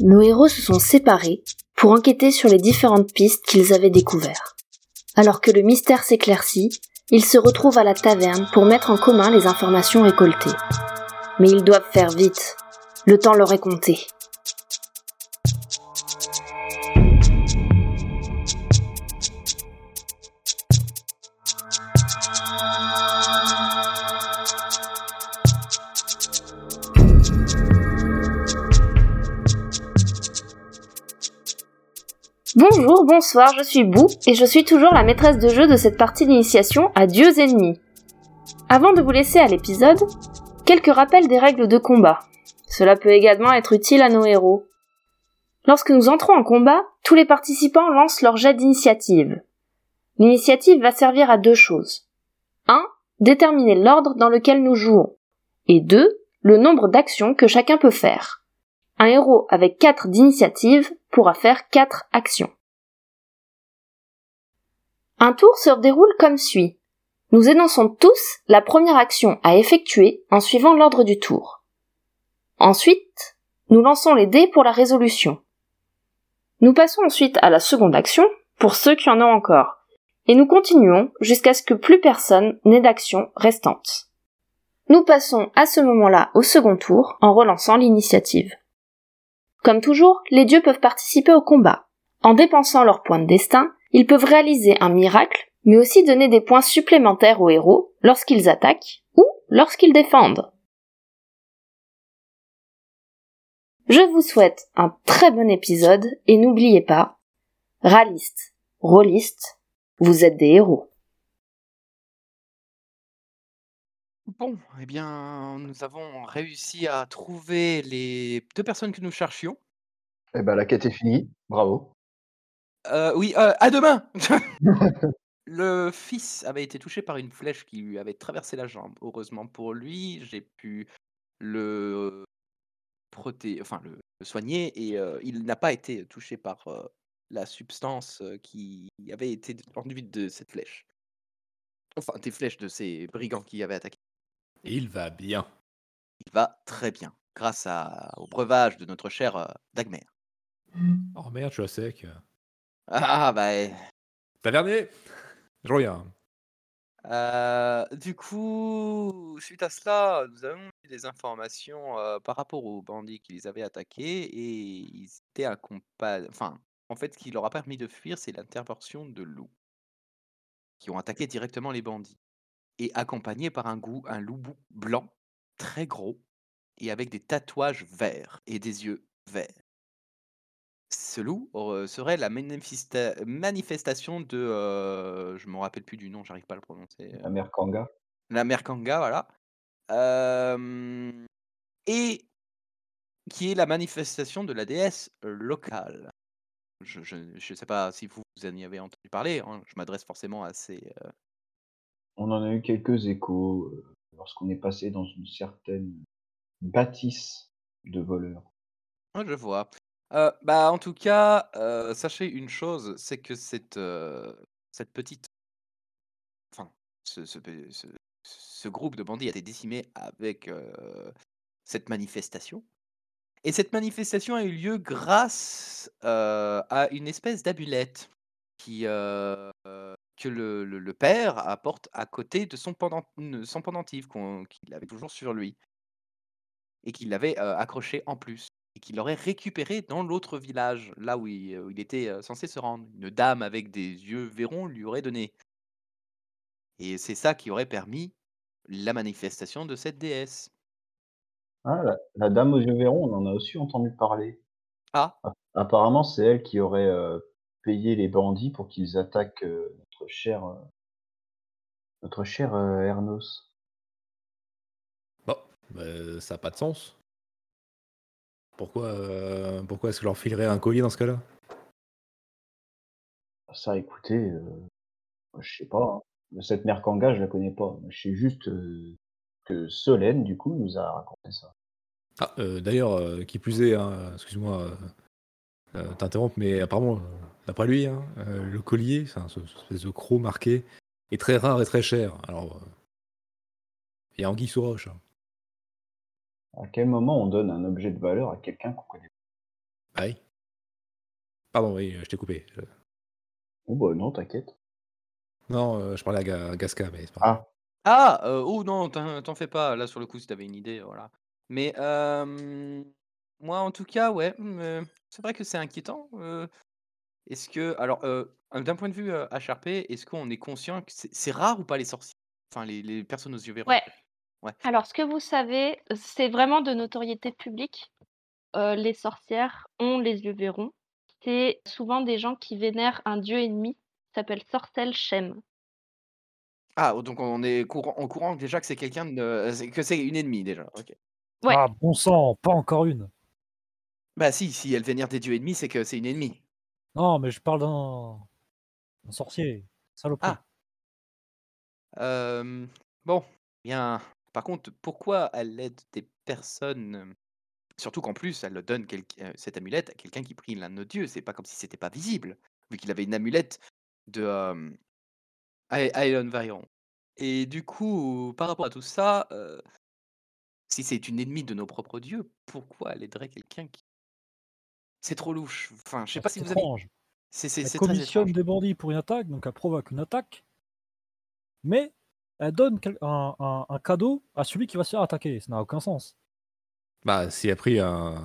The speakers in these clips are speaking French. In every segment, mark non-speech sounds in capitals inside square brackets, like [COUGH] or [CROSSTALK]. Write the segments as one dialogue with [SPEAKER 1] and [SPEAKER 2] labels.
[SPEAKER 1] nos héros se sont séparés pour enquêter sur les différentes pistes qu'ils avaient découvertes. Alors que le mystère s'éclaircit, ils se retrouvent à la taverne pour mettre en commun les informations récoltées. Mais ils doivent faire vite. Le temps leur est compté. Bonjour, bonsoir, je suis Bou et je suis toujours la maîtresse de jeu de cette partie d'initiation à Dieux ennemis. Avant de vous laisser à l'épisode, quelques rappels des règles de combat. Cela peut également être utile à nos héros. Lorsque nous entrons en combat, tous les participants lancent leur jet d'initiative. L'initiative va servir à deux choses. 1. Déterminer l'ordre dans lequel nous jouons. Et 2. Le nombre d'actions que chacun peut faire. Un héros avec 4 d'initiative pourra faire 4 actions. Un tour se déroule comme suit. Nous énonçons tous la première action à effectuer en suivant l'ordre du tour. Ensuite, nous lançons les dés pour la résolution. Nous passons ensuite à la seconde action, pour ceux qui en ont encore, et nous continuons jusqu'à ce que plus personne n'ait d'action restante. Nous passons à ce moment-là au second tour en relançant l'initiative. Comme toujours, les dieux peuvent participer au combat. En dépensant leurs points de destin, ils peuvent réaliser un miracle, mais aussi donner des points supplémentaires aux héros lorsqu'ils attaquent ou lorsqu'ils défendent. Je vous souhaite un très bon épisode et n'oubliez pas, raliste, rôliste, vous êtes des héros.
[SPEAKER 2] Bon, eh bien, nous avons réussi à trouver les deux personnes que nous cherchions.
[SPEAKER 3] Eh ben, la quête est finie. Bravo.
[SPEAKER 2] Euh, oui, euh, à demain [LAUGHS] Le fils avait été touché par une flèche qui lui avait traversé la jambe. Heureusement pour lui, j'ai pu le proté- enfin le, le soigner et euh, il n'a pas été touché par euh, la substance euh, qui avait été enduite de cette flèche. Enfin, des flèches de ces brigands qui avaient attaqué.
[SPEAKER 4] Il va bien.
[SPEAKER 2] Il va très bien, grâce à- au breuvage de notre cher euh, Dagmer.
[SPEAKER 4] Oh merde, je suis à sec.
[SPEAKER 2] Ah bah, eh,
[SPEAKER 4] Tavernier Je reviens.
[SPEAKER 2] Euh, du coup, suite à cela, nous avons eu des informations euh, par rapport aux bandits qui les avaient attaqués et ils étaient accompagnés. Enfin, en fait, ce qui leur a permis de fuir, c'est l'intervention de loups qui ont attaqué directement les bandits et accompagnés par un, goût, un loup bou- blanc très gros et avec des tatouages verts et des yeux verts. Ce loup aurait- serait la manifesta- manifestation de. euh, je me rappelle plus du nom, j'arrive pas à le prononcer.
[SPEAKER 3] La mère Kanga.
[SPEAKER 2] la mère Kanga, voilà. Euh, et qui est la manifestation de la déesse locale. Je ne je, je sais pas si vous, vous en avez entendu parler, hein, je m'adresse forcément à ces... euh,
[SPEAKER 3] On en a eu quelques échos euh, lorsqu'on est passé dans une certaine bâtisse de voleurs.
[SPEAKER 2] Ouais, je vois. Euh, bah, en tout cas, euh, sachez une chose, c'est que cette, euh, cette petite... Enfin, ce, ce pe- ce- ce groupe de bandits a été décimé avec euh, cette manifestation. Et cette manifestation a eu lieu grâce euh, à une espèce d'amulette qui, euh, euh, que le, le- le père apporte à côté de son, pendant, ne- son pendentif qu'on- qu'il avait toujours sur lui et qu'il l'avait euh, accroché en plus et qu'il l'aurait récupéré dans l'autre village, là où il, où il était euh, censé se rendre. Une dame avec des yeux verrons lui aurait donné. Et c'est ça qui aurait permis la manifestation de cette déesse.
[SPEAKER 3] Ah, la, la dame aux yeux verrons, on en a aussi entendu parler.
[SPEAKER 2] Ah,
[SPEAKER 3] Apparemment, c'est elle qui aurait euh, payé les bandits pour qu'ils attaquent euh, notre cher, euh, notre cher euh, Ernos.
[SPEAKER 4] Bon, bah, ça n'a pas de sens. Pourquoi, euh, pourquoi est-ce que je leur filerait un collier dans ce cas-là
[SPEAKER 3] Ça, écoutez, euh, je sais pas. hein. Cette mère Kanga, je la connais pas. Je sais juste euh, que Solène, du coup, nous a raconté ça.
[SPEAKER 4] Ah, euh, d'ailleurs, euh, qui plus est, hein, excuse-moi, euh, euh, t'interrompre, mais apparemment, euh, d'après lui, hein, euh, le collier, c'est un ce- ce espèce de croc marqué, est très rare et très cher. Alors, euh, il y a Anguille sous roche. hein.
[SPEAKER 3] À quel moment on donne un objet de valeur à quelqu'un qu'on connaît
[SPEAKER 4] Bah oui. Pardon, oui, je t'ai coupé. Je-
[SPEAKER 3] Oh bah non, t'inquiète.
[SPEAKER 4] Non, euh, je parlais à, Ga- à Gasca, mais c'est pas grave.
[SPEAKER 2] Ah, euh, oh non, t'en t'en fais pas. Là, sur le coup, si t'avais une idée, voilà. Mais euh, moi, en tout cas, ouais, hum, euh, c'est vrai que c'est inquiétant. euh, est-ce que, alors, euh, euh, d'un point de vue euh, HRP, est-ce qu'on est conscient que c'est c'est rare ou pas les sorciers Enfin, les, les personnes aux yeux verts.
[SPEAKER 5] Ouais. Alors, ce que vous savez, c'est vraiment de notoriété publique. Euh, les sorcières ont les yeux verrons. C'est souvent des gens qui vénèrent un dieu ennemi qui s'appelle Sorcel Shem.
[SPEAKER 2] Ah, donc on est courant, en courant déjà que c'est quelqu'un, de- euh, c'est- que c'est une ennemie déjà. ok.
[SPEAKER 5] Ouais.
[SPEAKER 6] Ah, bon sang, pas encore une.
[SPEAKER 2] Bah si, si elle vénère des dieux ennemis, c'est que c'est une ennemie.
[SPEAKER 6] Non, mais je parle d'un d'un sorcier. Saloperie.
[SPEAKER 2] Ah. Euh, bon, bien. Par contre, pourquoi elle aide des personnes euh, Surtout qu'en plus, elle donne quel- euh, cette amulette à quelqu'un qui prie l'un de nos dieux. C'est pas comme si c'était pas visible, vu qu'il avait une amulette de euh, I- Iron Variant. Et du coup, par rapport à tout ça, euh, si c'est une ennemie de nos propres dieux, pourquoi elle aiderait quelqu'un qui C'est trop louche. Enfin, je sais pas si
[SPEAKER 6] Ah, Bah,
[SPEAKER 2] vous
[SPEAKER 6] C'est
[SPEAKER 2] avez.
[SPEAKER 6] étrange.
[SPEAKER 2] C'est c'est-
[SPEAKER 6] Elle
[SPEAKER 2] c'est très
[SPEAKER 6] commissionne
[SPEAKER 2] étrange.
[SPEAKER 6] des bandits pour une attaque, donc elle provoque une attaque. Mais elle donne quel- un, un- un cadeau à celui qui va se faire attaquer. Ça n'a aucun sens.
[SPEAKER 4] Bah, s'il a pris un,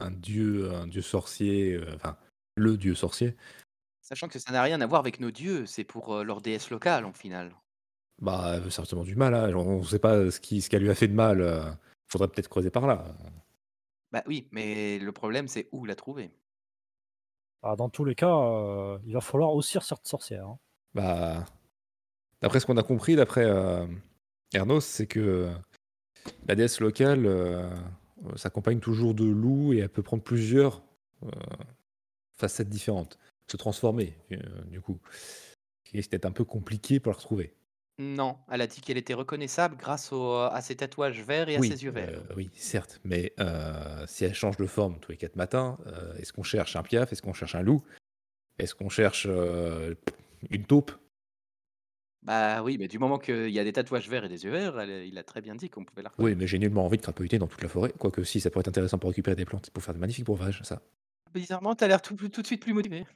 [SPEAKER 4] un dieu, un dieu sorcier, euh, enfin, le dieu sorcier,
[SPEAKER 2] Sachant que ça n'a rien à voir avec nos dieux, c'est pour euh, leur déesse locale en final.
[SPEAKER 4] bah, elle veut certainement du mal. hein. Genre, on ne sait pas ce qui- ce qu'elle lui a fait de mal. euh, faudrait peut-être creuser par là.
[SPEAKER 2] Bah oui, mais le problème c'est où la trouver.
[SPEAKER 6] Ah, dans tous les cas, euh, il va falloir aussi cette sorcière. hein.
[SPEAKER 4] Bah, d'après ce qu'on a compris, d'après euh, Ernos, c'est que euh, la déesse locale euh, euh, s'accompagne toujours de loups et elle peut prendre plusieurs euh, facettes différentes, se transformer, euh, du coup. Et c'était un peu compliqué pour la retrouver.
[SPEAKER 2] Non, elle a dit qu'elle était reconnaissable grâce au- à ses tatouages verts et
[SPEAKER 4] oui,
[SPEAKER 2] à ses yeux verts.
[SPEAKER 4] euh, oui, certes, mais euh, si elle change de forme tous les quatre matins, euh, est-ce qu'on cherche un piaf Est-ce qu'on cherche un loup Est-ce qu'on cherche euh, une taupe
[SPEAKER 2] Bah oui, mais du moment qu'il y a des tatouages verts et des yeux verts, elle- il a très bien dit qu'on pouvait la reconnaître.
[SPEAKER 4] Oui, mais j'ai nullement envie de crapahuter dans toute la forêt, quoique si, ça pourrait être intéressant pour récupérer des plantes, pour faire de magnifiques breuvages, ça.
[SPEAKER 2] Bizarrement, t'as l'air tout, tout de suite plus motivé.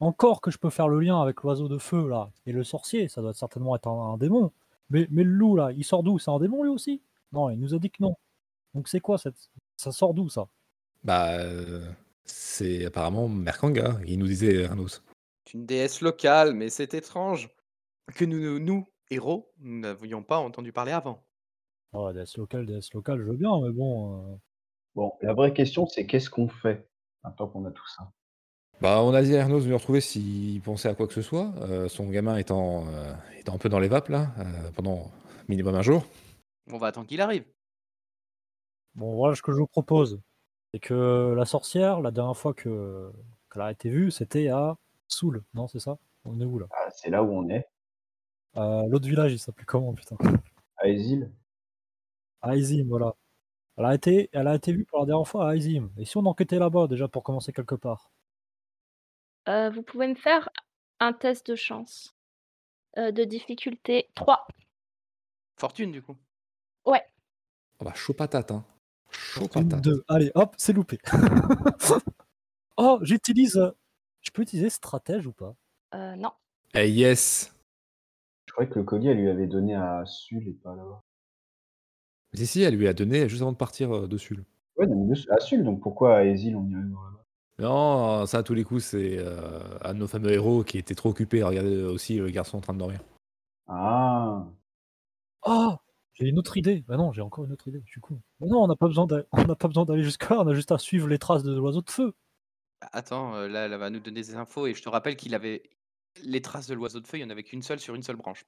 [SPEAKER 6] Encore que je peux faire le lien avec l'oiseau de feu là et le sorcier, ça doit certainement être un, un démon. Mais, mais le loup là, il sort d'où C'est un démon lui aussi Non, il nous a dit que non. Donc c'est quoi cette... Ça sort d'où ça
[SPEAKER 4] Bah, euh, c'est apparemment Merkanga, il nous disait Ernos.
[SPEAKER 2] C'est une déesse locale, mais c'est étrange que nous, nous héros, nous n'avions pas entendu parler avant.
[SPEAKER 6] Ah, DS local, DS local, je veux bien, mais bon. euh,
[SPEAKER 3] Bon, la vraie question, c'est qu'est-ce qu'on fait maintenant qu'on a tout ça
[SPEAKER 4] Bah, on a dit à Ernos de nous retrouver s'il pensait à quoi que ce soit, euh, son gamin étant, euh, étant un peu dans les vapes, là, euh, pendant minimum un jour.
[SPEAKER 2] On va attendre qu'il arrive.
[SPEAKER 6] Bon, voilà ce que je vous propose. C'est que la sorcière, la dernière fois que qu'elle a été vue, c'était à Soul, non, c'est ça On est où là
[SPEAKER 3] Ah, C'est là où on est,
[SPEAKER 6] Euh, L'autre village, il s'appelait comment, putain
[SPEAKER 3] à Isil.
[SPEAKER 6] À Aizim, voilà. Elle a, été, elle a été vue pour la dernière fois à Aizim. Et si on enquêtait là-bas, déjà, pour commencer quelque part
[SPEAKER 5] Euh, vous pouvez me faire un test de chance euh, de difficulté 3.
[SPEAKER 2] Fortune, du coup.
[SPEAKER 4] Oh bah, chaud patate, hein. Chaud
[SPEAKER 6] Une,
[SPEAKER 4] patate.
[SPEAKER 6] deux, allez, hop, c'est loupé. oh, j'utilise... euh, Je peux utiliser stratège ou pas
[SPEAKER 5] Euh, non.
[SPEAKER 4] Eh yes
[SPEAKER 3] Je croyais que le collier, elle lui avait donné à Sul et pas là-bas.
[SPEAKER 4] Si, si, elle lui a donné juste avant de partir euh, dessus. là.
[SPEAKER 3] Ouais, donc de- à Sul, donc pourquoi à Isil on irait voir là-bas
[SPEAKER 4] Non, ça, à tous les coups, c'est euh, un de nos fameux héros qui était trop occupé à regarder euh, aussi le garçon en train de dormir.
[SPEAKER 3] Ah
[SPEAKER 6] Oh J'ai une autre idée. Bah non, j'ai encore une autre idée, je suis con. Mais non, on n'a pas besoin d'aller- on n'a pas besoin d'aller jusque-là, on a juste à suivre les traces de l'oiseau de feu.
[SPEAKER 2] Bah, Attends, euh, là, elle va nous donner des infos et je te rappelle qu'il avait les traces de l'oiseau de feu, il n'y en avait qu'une seule sur une seule branche.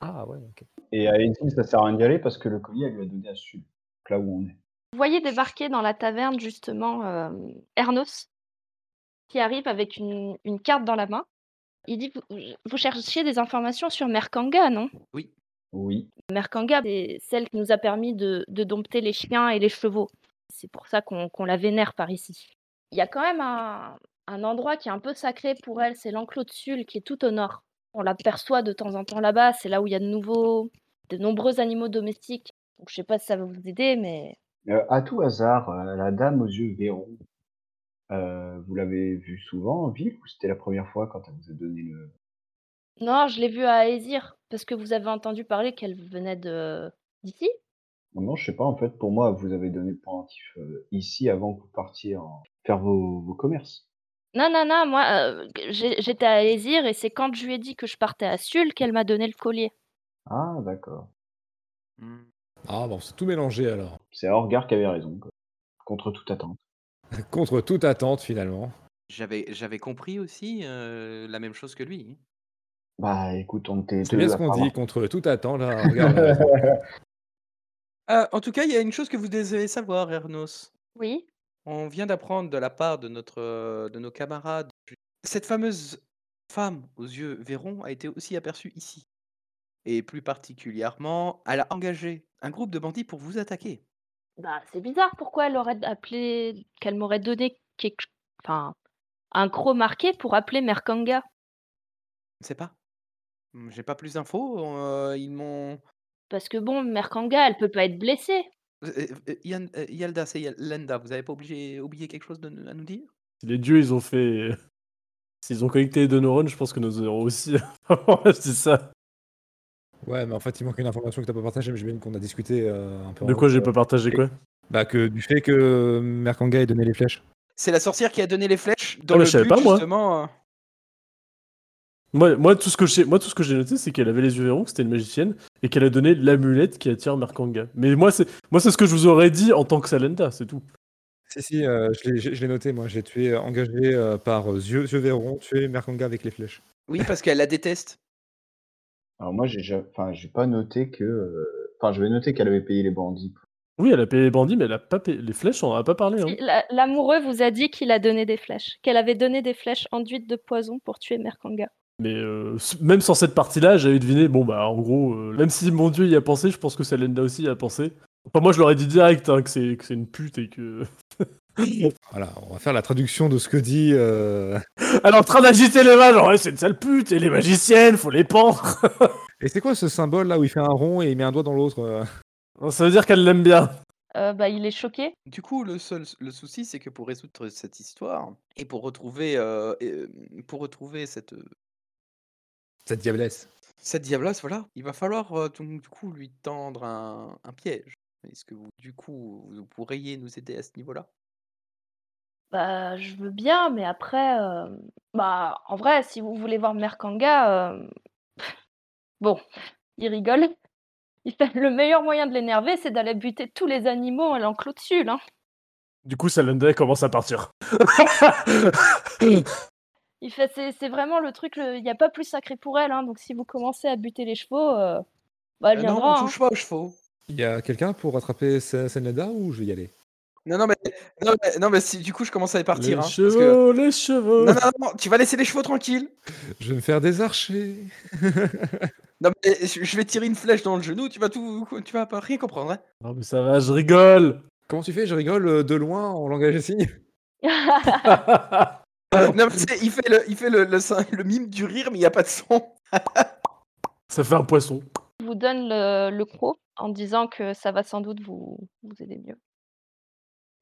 [SPEAKER 6] Ah ouais, ok.
[SPEAKER 3] Et à Isil, ça sert à rien d'y aller parce que le collier, elle lui a donné à Sul. Donc là où on est.
[SPEAKER 5] Vous voyez débarquer dans la taverne justement euh, Ernos, qui arrive avec une, une carte dans la main. Il dit, vous, vous cherchiez des informations sur Merkanga, non
[SPEAKER 3] Oui.
[SPEAKER 5] Merkanga, c'est celle qui nous a permis de, de dompter les chiens et les chevaux. C'est pour ça qu'on qu'on la vénère par ici. Il y a quand même un, un endroit qui est un peu sacré pour elle, c'est l'enclos de Sul qui est tout au nord. On l'aperçoit de temps en temps là-bas, c'est là où il y a de nouveaux, de nombreux animaux domestiques. Donc, je sais pas si ça va vous aider, mais
[SPEAKER 3] Euh, à tout hasard, euh, la dame aux yeux verrons, Euh, vous l'avez vu souvent en ville ou c'était la première fois quand elle vous a donné le.
[SPEAKER 5] Non, je l'ai vue à Aesir, parce que vous avez entendu parler qu'elle venait de d'ici.
[SPEAKER 3] Non, non, je sais pas, en fait, pour moi, vous avez donné le pendentif euh, ici avant que vous partiez en... faire vos, vos commerces.
[SPEAKER 5] Non, non, non, moi, euh, j'ai- j'étais à Aesir et c'est quand je lui ai dit que je partais à Sul qu'elle m'a donné le collier.
[SPEAKER 3] Ah, d'accord.
[SPEAKER 2] Hmm.
[SPEAKER 4] Ah bon, c'est tout mélangé alors.
[SPEAKER 3] C'est Orgar qui avait raison, quoi. Contre toute attente.
[SPEAKER 4] Contre toute attente finalement.
[SPEAKER 2] J'avais, j'avais compris aussi euh, la même chose que lui. hein.
[SPEAKER 3] Bah écoute, on était
[SPEAKER 4] C'est
[SPEAKER 3] deux
[SPEAKER 4] bien
[SPEAKER 3] à
[SPEAKER 4] ce qu'on
[SPEAKER 3] faire
[SPEAKER 4] dit, contre toute attente. Là, regarde,
[SPEAKER 3] [LAUGHS]
[SPEAKER 4] euh,
[SPEAKER 2] Euh, en tout cas, il y a une chose que vous devez savoir, Ernos.
[SPEAKER 5] Oui.
[SPEAKER 2] On vient d'apprendre de la part de, notre, euh, de nos camarades. Cette fameuse femme aux yeux verrons a été aussi aperçue ici. Et plus particulièrement, elle a engagé un groupe de bandits pour vous attaquer.
[SPEAKER 5] Bah, c'est bizarre, pourquoi elle aurait appelé, qu'elle m'aurait donné quelque... enfin, un gros marqué pour appeler Merkanga.
[SPEAKER 2] Je ne sais pas. Hmm, J'ai pas plus d'infos. euh, ils m'ont.
[SPEAKER 5] Parce que bon, Merkanga, elle peut pas être blessée.
[SPEAKER 2] Euh, euh, euh, Yann- euh, Yalda, c'est Yal- Lenda. Vous avez pas obligé, oublié quelque chose de n- à nous dire
[SPEAKER 7] Les dieux, ils ont fait. S'ils ont connecté les deux neurones, je pense que nous
[SPEAKER 6] [LAUGHS]
[SPEAKER 7] aurons aussi. je dis ça.
[SPEAKER 4] Ouais, mais en fait, il manque une information que t'as pas partagée, mais j'imagine qu'on a discuté euh, un peu.
[SPEAKER 7] De
[SPEAKER 4] en
[SPEAKER 7] quoi
[SPEAKER 4] off,
[SPEAKER 7] j'ai
[SPEAKER 4] euh,
[SPEAKER 7] pas partagé quoi
[SPEAKER 4] Bah, que du fait que Merkanga ait donné les flèches.
[SPEAKER 2] C'est la sorcière qui a donné les flèches dans
[SPEAKER 7] Ah,
[SPEAKER 2] le
[SPEAKER 7] mais je savais
[SPEAKER 2] but,
[SPEAKER 7] pas, moi.
[SPEAKER 2] justement. euh,
[SPEAKER 7] moi, moi, tout ce que j'ai- moi, tout ce que j'ai noté, c'est qu'elle avait les yeux verrons, que c'était une magicienne, et qu'elle a donné l'amulette qui attire Merkanga. Mais moi, c'est moi, c'est ce que je vous aurais dit en tant que Salenda, c'est tout.
[SPEAKER 4] Si, si, euh, je l'ai- je je l'ai noté, moi. J'ai tué, euh, engagé euh, par euh, Zieu Zieu Véron, tué Merkanga avec les flèches.
[SPEAKER 2] Oui, parce qu'elle la déteste.
[SPEAKER 3] Alors moi, j'ai ja- enfin, j'ai pas noté que. euh, Enfin, je vais noter qu'elle avait payé les bandits.
[SPEAKER 7] Oui, elle a payé les bandits, mais elle a pas payé... les flèches, on en a pas parlé. Hein.
[SPEAKER 5] Si, la- L'amoureux vous a dit qu'il a donné des flèches, qu'elle avait donné des flèches enduites de poison pour tuer Merkanga.
[SPEAKER 7] Mais euh, s- même sans cette partie-là, j'avais deviné, bon bah en gros, euh, même si mon dieu y a pensé, je pense que Salenda aussi y a pensé. Enfin moi je leur ai dit direct hein, que c'est que c'est une pute et que... [LAUGHS]
[SPEAKER 4] Voilà, on va faire la traduction de ce que dit. euh,
[SPEAKER 7] Elle est en train d'agiter les mains, genre ouais, c'est une sale pute, et les magiciennes, faut les pendre [LAUGHS]
[SPEAKER 4] Et c'est quoi ce symbole là où il fait un rond et il met un doigt dans l'autre euh
[SPEAKER 7] Ça veut dire qu'elle l'aime bien.
[SPEAKER 5] Euh, bah, il est choqué.
[SPEAKER 2] Du coup, le seul s- le souci, c'est que pour résoudre cette histoire et pour retrouver, euh, et, euh, pour retrouver cette, euh,
[SPEAKER 4] Cette diablesse.
[SPEAKER 2] cette diablasse, voilà, il va falloir euh, donc, du coup lui tendre un, un piège. Est-ce que vous, du coup, vous pourriez nous aider à ce niveau-là
[SPEAKER 5] Bah, je veux bien, mais après, euh, bah, en vrai, si vous voulez voir Merkanga, euh, bon, il rigole. Il fait le meilleur moyen de l'énerver, c'est d'aller buter tous les animaux à l'enclos de Sul, hein.
[SPEAKER 7] Du coup Salenda elle commence à partir.
[SPEAKER 5] Il fait, c'est, c'est vraiment le truc, le- il n'y a pas plus sacré pour elle, hein, donc si vous commencez à buter les chevaux, euh, bah, elle
[SPEAKER 2] Euh, Non,
[SPEAKER 5] viendra,
[SPEAKER 2] on
[SPEAKER 5] hein.
[SPEAKER 2] touche pas aux chevaux.
[SPEAKER 4] Il y a quelqu'un pour rattraper Sen- Senleda ou je vais y aller
[SPEAKER 2] Non, non, mais, non, mais, non, mais si, du coup, je commence à y
[SPEAKER 7] les
[SPEAKER 2] partir. hein, parce que-
[SPEAKER 6] Oh,
[SPEAKER 7] chevaux, les chevaux [LAUGHS]
[SPEAKER 2] Non, non, non, tu vas laisser les chevaux tranquilles.
[SPEAKER 4] Je vais me faire désarcher.
[SPEAKER 2] Non, mais je je vais tirer une flèche dans le genou, tu vas tout, tu vas pas rien comprendre. hein.
[SPEAKER 7] Non mais ça va, Ah, je rigole
[SPEAKER 4] Comment tu fais Je rigole euh, de loin en langage des signes.
[SPEAKER 2] Euh, non, mais c'est- il fait le, il fait le, le, syn- le mime du rire, mais il y a pas de son.
[SPEAKER 7] Ça fait un [LAUGHS] poisson.
[SPEAKER 5] Je vous donne le, le croc en disant que ça va sans doute vous, vous aider mieux.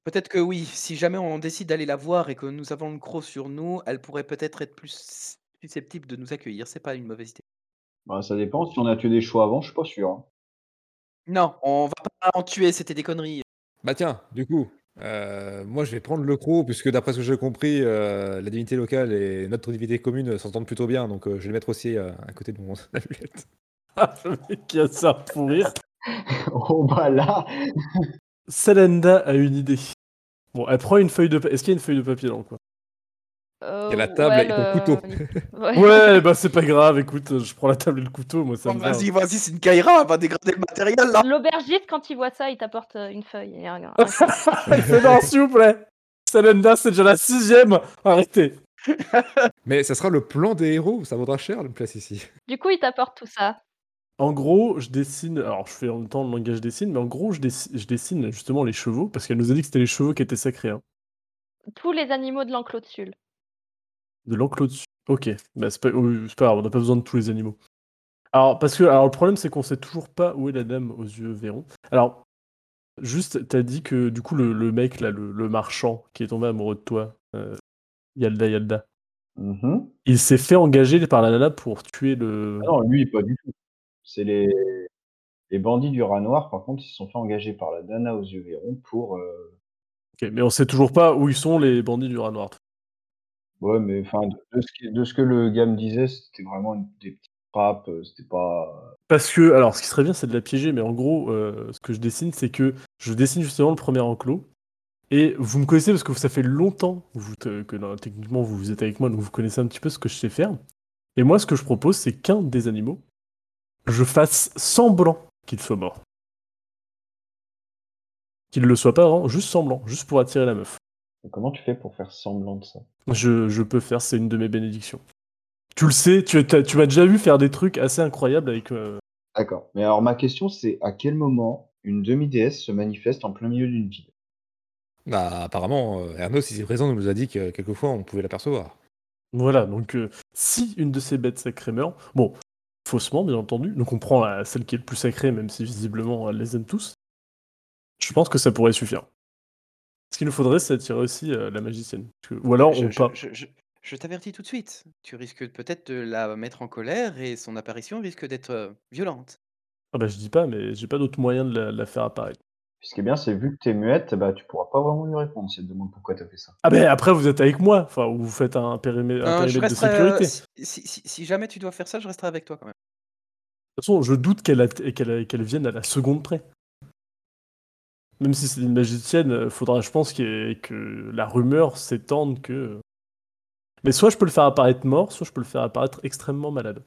[SPEAKER 2] Peut-être que oui, si jamais on décide d'aller la voir et que nous avons le croc sur nous, elle pourrait peut-être être plus susceptible de nous accueillir. C'est pas une mauvaise idée.
[SPEAKER 3] Bah, ça dépend. Si on a tué des chevaux avant, je suis pas sûr. hein.
[SPEAKER 2] Non, on va pas en tuer, c'était des conneries.
[SPEAKER 4] [LAUGHS] Bah tiens, du coup, euh, moi je vais prendre le croc, puisque d'après ce que j'ai compris, euh, la divinité locale et notre divinité commune euh, s'entendent plutôt bien, donc euh, je vais le mettre aussi euh, à côté de mon amulette.
[SPEAKER 7] Ah, le mec qui a ça pour rire.
[SPEAKER 3] [LAUGHS] Oh bah là
[SPEAKER 7] Salenda a une idée. Bon, elle prend une feuille de papier. Est-ce qu'il y a une feuille de papier dans le coin
[SPEAKER 5] Euh,
[SPEAKER 4] Il y a la table
[SPEAKER 5] ouais,
[SPEAKER 4] et ton couteau.
[SPEAKER 5] le- [LAUGHS]
[SPEAKER 4] [LAUGHS]
[SPEAKER 5] ouais.
[SPEAKER 7] Ouais, bah c'est pas grave, écoute, je prends la table et le couteau, moi ça me va. [LAUGHS]
[SPEAKER 2] vas-y, vas-y, c'est une Kaira, elle va dégrader le matériel là.
[SPEAKER 5] L'aubergiste, quand il voit ça, il t'apporte euh, une feuille. et un-
[SPEAKER 4] [LAUGHS]
[SPEAKER 5] un-
[SPEAKER 7] Elle fait non, s'il vous plaît Salenda, c'est déjà la sixième Arrêtez
[SPEAKER 4] [LAUGHS] Mais ça sera le plan des héros, ça vaudra cher une place ici.
[SPEAKER 5] Du coup, il t'apporte tout ça.
[SPEAKER 7] En gros, je dessine. Alors, je fais en même temps le langage dessine, mais en gros, je, dessi- je dessine justement les chevaux, parce qu'elle nous a dit que c'était les chevaux qui étaient sacrés. hein.
[SPEAKER 5] Tous les animaux de l'enclos de Sul.
[SPEAKER 7] De l'enclos dessus. Ok, bah c'est pas... oui, c'est pas grave, on n'a pas besoin de tous les animaux. Alors, parce que alors, le problème, c'est qu'on sait toujours pas où est la dame aux yeux verrons. Alors, juste, t'as dit que du coup, le, le mec, là, le, le marchand qui est tombé amoureux de toi, euh, Yalda Yalda.
[SPEAKER 3] Mhm.
[SPEAKER 7] Il s'est fait engager par la nana pour tuer le.
[SPEAKER 3] Ah Non, lui, pas du tout. C'est les... les bandits du rat noir, par contre, ils se sont fait engager par la nana aux yeux verrons pour. euh,
[SPEAKER 7] Ok, mais on sait toujours pas où ils sont les bandits du rat noir.
[SPEAKER 3] Ouais, mais enfin, de, de ce qui- de ce que le gars me disait, c'était vraiment une- des petites frappes, euh, c'était pas.
[SPEAKER 7] Parce que, alors, ce qui serait bien, c'est de la piéger, mais en gros, euh, ce que je dessine, c'est que je dessine justement le premier enclos. Et vous me connaissez parce que ça fait longtemps que vous- que euh, techniquement vous, vous êtes avec moi, donc vous connaissez un petit peu ce que je sais faire. Et moi, ce que je propose, c'est qu'un des animaux, je fasse semblant qu'il soit mort. Qu'il ne le soit pas vraiment, juste semblant, juste pour attirer la meuf.
[SPEAKER 3] euh, Comment tu fais pour faire semblant de ça
[SPEAKER 7] Je, je peux faire, c'est une de mes bénédictions. Tu le sais, tu, t'as- tu m'as déjà vu faire des trucs assez incroyables avec. euh,
[SPEAKER 3] D'accord. Mais alors, ma question, c'est à quel moment une demi-déesse se manifeste en plein milieu d'une ville
[SPEAKER 4] Bah, apparemment, euh, Ernos, ici présent, nous a dit que quelquefois on pouvait l'apercevoir.
[SPEAKER 7] Voilà, donc euh, si une de ces bêtes sacrées meurt, bon, faussement bien entendu, donc on prend la- celle qui est le plus sacrée, même si visiblement elle les aime tous, je pense que ça pourrait suffire. Ce qu'il nous faudrait, c'est attirer aussi euh, la magicienne. Parce que- Ou alors
[SPEAKER 2] Je,
[SPEAKER 7] on
[SPEAKER 2] je-
[SPEAKER 7] part.
[SPEAKER 2] je- je- je t'avertis tout de suite. Tu risques peut-être de la mettre en colère et son apparition risque d'être euh, violente.
[SPEAKER 7] Ah bah je dis pas, mais j'ai pas d'autre moyen de la, de la faire apparaître.
[SPEAKER 3] Ce qui est bien, c'est vu que t'es muette, bah, tu pourras pas vraiment lui répondre si elle te demande pourquoi t'as fait ça.
[SPEAKER 7] Ah ben après vous êtes avec moi, enfin ou vous faites un périmètre, un
[SPEAKER 2] Non, je
[SPEAKER 7] périmètre de
[SPEAKER 2] resterai, euh,
[SPEAKER 7] sécurité. De
[SPEAKER 2] si, si- si- si jamais tu dois faire ça, je resterai avec toi quand même.
[SPEAKER 7] toute façon, je doute qu'elle at- qu'elle- qu'elle vienne à la seconde près. Même si c'est une magicienne, euh, faudra, je pense, qu'il y ait- que la rumeur s'étende que. Mais soit je peux le faire apparaître mort, soit je peux le faire apparaître extrêmement malade.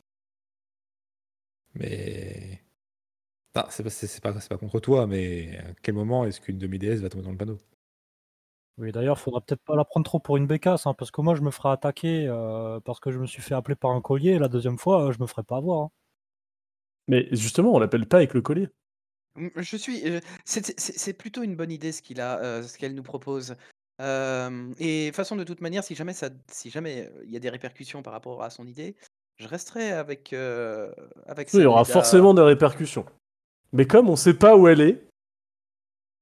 [SPEAKER 4] Mais. Bah, c'est pas, c'est- c'est pas, c'est pas contre toi, mais à quel moment est-ce qu'une demi-déesse va tomber dans le panneau
[SPEAKER 6] Oui, d'ailleurs, faudra peut-être pas la prendre trop pour une bécasse, hein, parce que moi, je me ferai attaquer euh, parce que je me suis fait appeler par un collier. La deuxième fois, euh, je me ferai pas avoir. hein.
[SPEAKER 7] Mais justement, on l'appelle pas avec le collier.
[SPEAKER 2] Mm, Je suis. euh, c'est- C'est c'est- c'est plutôt une bonne idée ce qu'il a, euh, ce qu'elle nous propose. Euh, et de toute façon, de toute manière, si jamais ça, si jamais euh, il y a des répercussions par rapport à son idée, je resterai avec euh, avec.
[SPEAKER 7] Oui, il y aura
[SPEAKER 2] Sabrina.
[SPEAKER 7] forcément des répercussions. Mais comme on sait pas où elle est,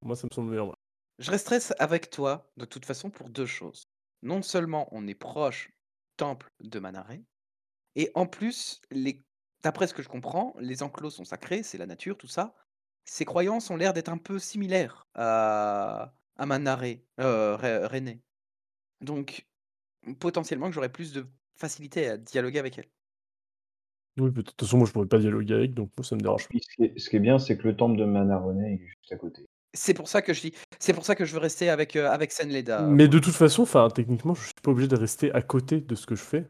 [SPEAKER 7] moi ça me semble meilleur.
[SPEAKER 2] Je resterai s- avec toi de toute façon pour deux choses. Non seulement on est proche du temple de Manaré, et en plus, les... d'après ce que je comprends, les enclos sont sacrés, c'est la nature, tout ça. Ces croyances ont l'air d'être un peu similaires à, à Manaré, euh, Re- René. Donc, potentiellement que j'aurais plus de facilité à dialoguer avec elle.
[SPEAKER 7] Oui, mais de toute façon, moi je pourrais pas dialoguer avec, donc moi ça me dérange pas.
[SPEAKER 3] Puis, ce, qui est, ce qui est bien, c'est que le temple de Manaronet est juste à côté.
[SPEAKER 2] C'est pour ça que je dis, c'est pour ça que je veux rester avec euh, avec Senleda. euh,
[SPEAKER 7] Mais
[SPEAKER 2] pour
[SPEAKER 7] de
[SPEAKER 2] le
[SPEAKER 7] toute façon, enfin, techniquement, je suis pas obligé de rester à côté de ce que je fais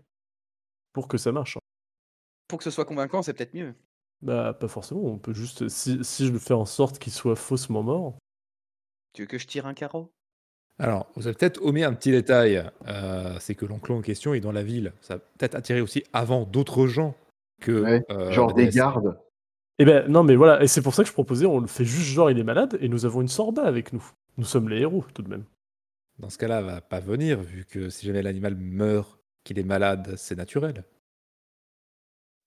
[SPEAKER 7] pour que ça marche. hein.
[SPEAKER 2] pour que ce soit convaincant, c'est peut-être mieux.
[SPEAKER 7] Bah, pas forcément. On peut juste, si, si je le fais en sorte qu'il soit faussement mort,
[SPEAKER 2] Tu veux que je tire un carreau
[SPEAKER 4] Alors, vous avez peut-être omis un petit détail, euh, c'est que l'enclos en question est dans la ville. Ça a peut-être attiré aussi avant d'autres gens que.
[SPEAKER 3] Ouais,
[SPEAKER 4] euh,
[SPEAKER 3] Genre
[SPEAKER 4] la
[SPEAKER 3] des
[SPEAKER 4] déesse.
[SPEAKER 3] gardes.
[SPEAKER 7] eh ben non, mais voilà. Et c'est pour ça que je proposais, on le fait juste genre il est malade et nous avons une sorda avec nous. Nous sommes les héros tout de même.
[SPEAKER 4] Dans ce cas-là, elle va pas venir, vu que si jamais l'animal meurt, qu'il est malade, c'est naturel.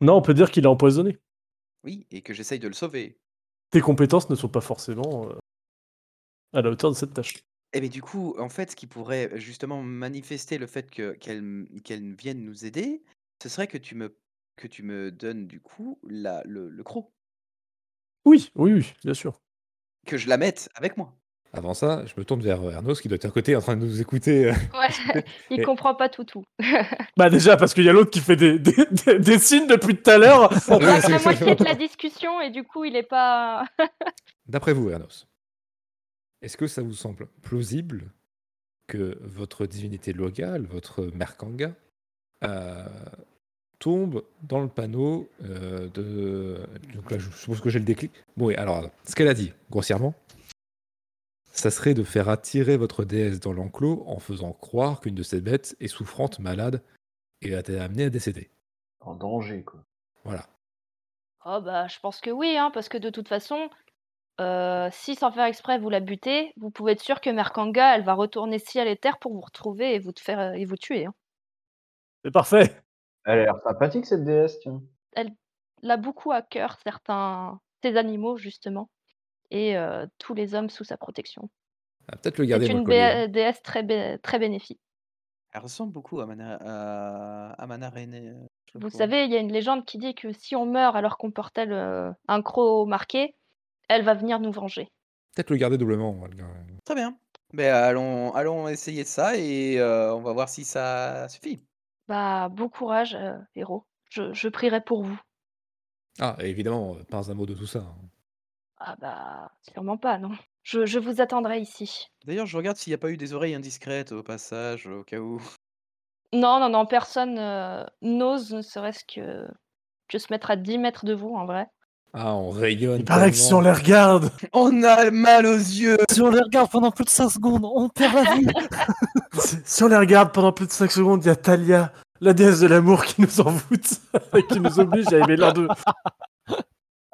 [SPEAKER 7] Non, on peut dire qu'il est empoisonné.
[SPEAKER 2] Oui, et que j'essaye de le sauver.
[SPEAKER 7] Tes compétences ne sont pas forcément euh, à la hauteur de cette tâche.
[SPEAKER 2] Eh bien, du coup, en fait, ce qui pourrait justement manifester le fait que qu'elle m- qu'elle n- vienne nous aider, ce serait que tu me que tu me donnes du coup la, le, le croc,
[SPEAKER 7] Oui, oui, oui, bien sûr.
[SPEAKER 2] que je la mette avec moi.
[SPEAKER 4] Avant ça, je me tourne vers Ernos qui doit être à côté en train de nous écouter.
[SPEAKER 5] Ouais, il
[SPEAKER 4] Et-
[SPEAKER 5] comprend pas tout
[SPEAKER 4] [LAUGHS]
[SPEAKER 5] tout.
[SPEAKER 7] Bah déjà parce qu'il y a l'autre qui fait des, des- des- des signes depuis tout à l'heure. [LAUGHS]
[SPEAKER 4] Oui,
[SPEAKER 5] Moi,
[SPEAKER 4] c'est-
[SPEAKER 5] la moitié de la discussion et du coup, il est pas.
[SPEAKER 4] D'après vous, Ernos, est-ce que ça vous semble plausible que votre divinité locale, votre Merkanga, euh, tombe dans le panneau euh, de... Donc là, je suppose que j'ai le déclic. Bon, oui, alors, ce qu'elle a dit, grossièrement, ça serait de faire attirer votre déesse dans l'enclos en faisant croire qu'une de ces bêtes est souffrante, malade, et a été amenée à décéder.
[SPEAKER 3] En danger, quoi.
[SPEAKER 4] Voilà.
[SPEAKER 5] Oh bah, je pense que oui, hein, parce que de toute façon, euh, si sans faire exprès vous la butez, vous pouvez être sûr que Merkanga, elle va retourner ciel et terre pour vous retrouver et vous te faire et vous tuer. hein.
[SPEAKER 7] C'est parfait.
[SPEAKER 3] Elle a l'air sympathique, cette déesse, tiens.
[SPEAKER 5] Elle a beaucoup à cœur certains ces animaux justement et euh, tous les hommes sous sa protection.
[SPEAKER 4] Ah, Peut-être le
[SPEAKER 5] C'est
[SPEAKER 4] garder dans le
[SPEAKER 5] une
[SPEAKER 4] collier.
[SPEAKER 5] bé- déesse très bé- très bénéfique.
[SPEAKER 2] Elle ressemble beaucoup à Mana, à, à Mana René.
[SPEAKER 5] Vous savez, il y a une légende qui dit que si on meurt alors qu'on portait le- un croc marqué, elle va venir nous venger.
[SPEAKER 4] Peut-être le garder doublement. on va le garder.
[SPEAKER 2] Très bien. Mais allons, allons essayer ça et euh, on va voir si ça suffit.
[SPEAKER 5] Bah, bon courage, euh, héros. Je, je prierai pour vous.
[SPEAKER 4] Ah, et évidemment, euh, pas un mot de tout ça. hein.
[SPEAKER 5] Ah bah, sûrement pas, non. Je, je vous attendrai ici.
[SPEAKER 2] D'ailleurs, je regarde s'il n'y a pas eu des oreilles indiscrètes au passage, au cas où. [LAUGHS]
[SPEAKER 5] Non, non, non, personne euh, n'ose, ne serait-ce que, que se mettre à 10 mètres de vous, en vrai.
[SPEAKER 4] Ah, on rayonne.
[SPEAKER 7] Il paraît que si on les regarde, [LAUGHS]
[SPEAKER 2] On a mal aux yeux
[SPEAKER 6] Si on les regarde pendant plus de 5 secondes, on perd la vue.
[SPEAKER 7] si si on les regarde pendant plus de 5 secondes, il y a Talia, la déesse de l'amour qui nous envoûte [LAUGHS] et qui nous oblige à aimer l'un d'eux.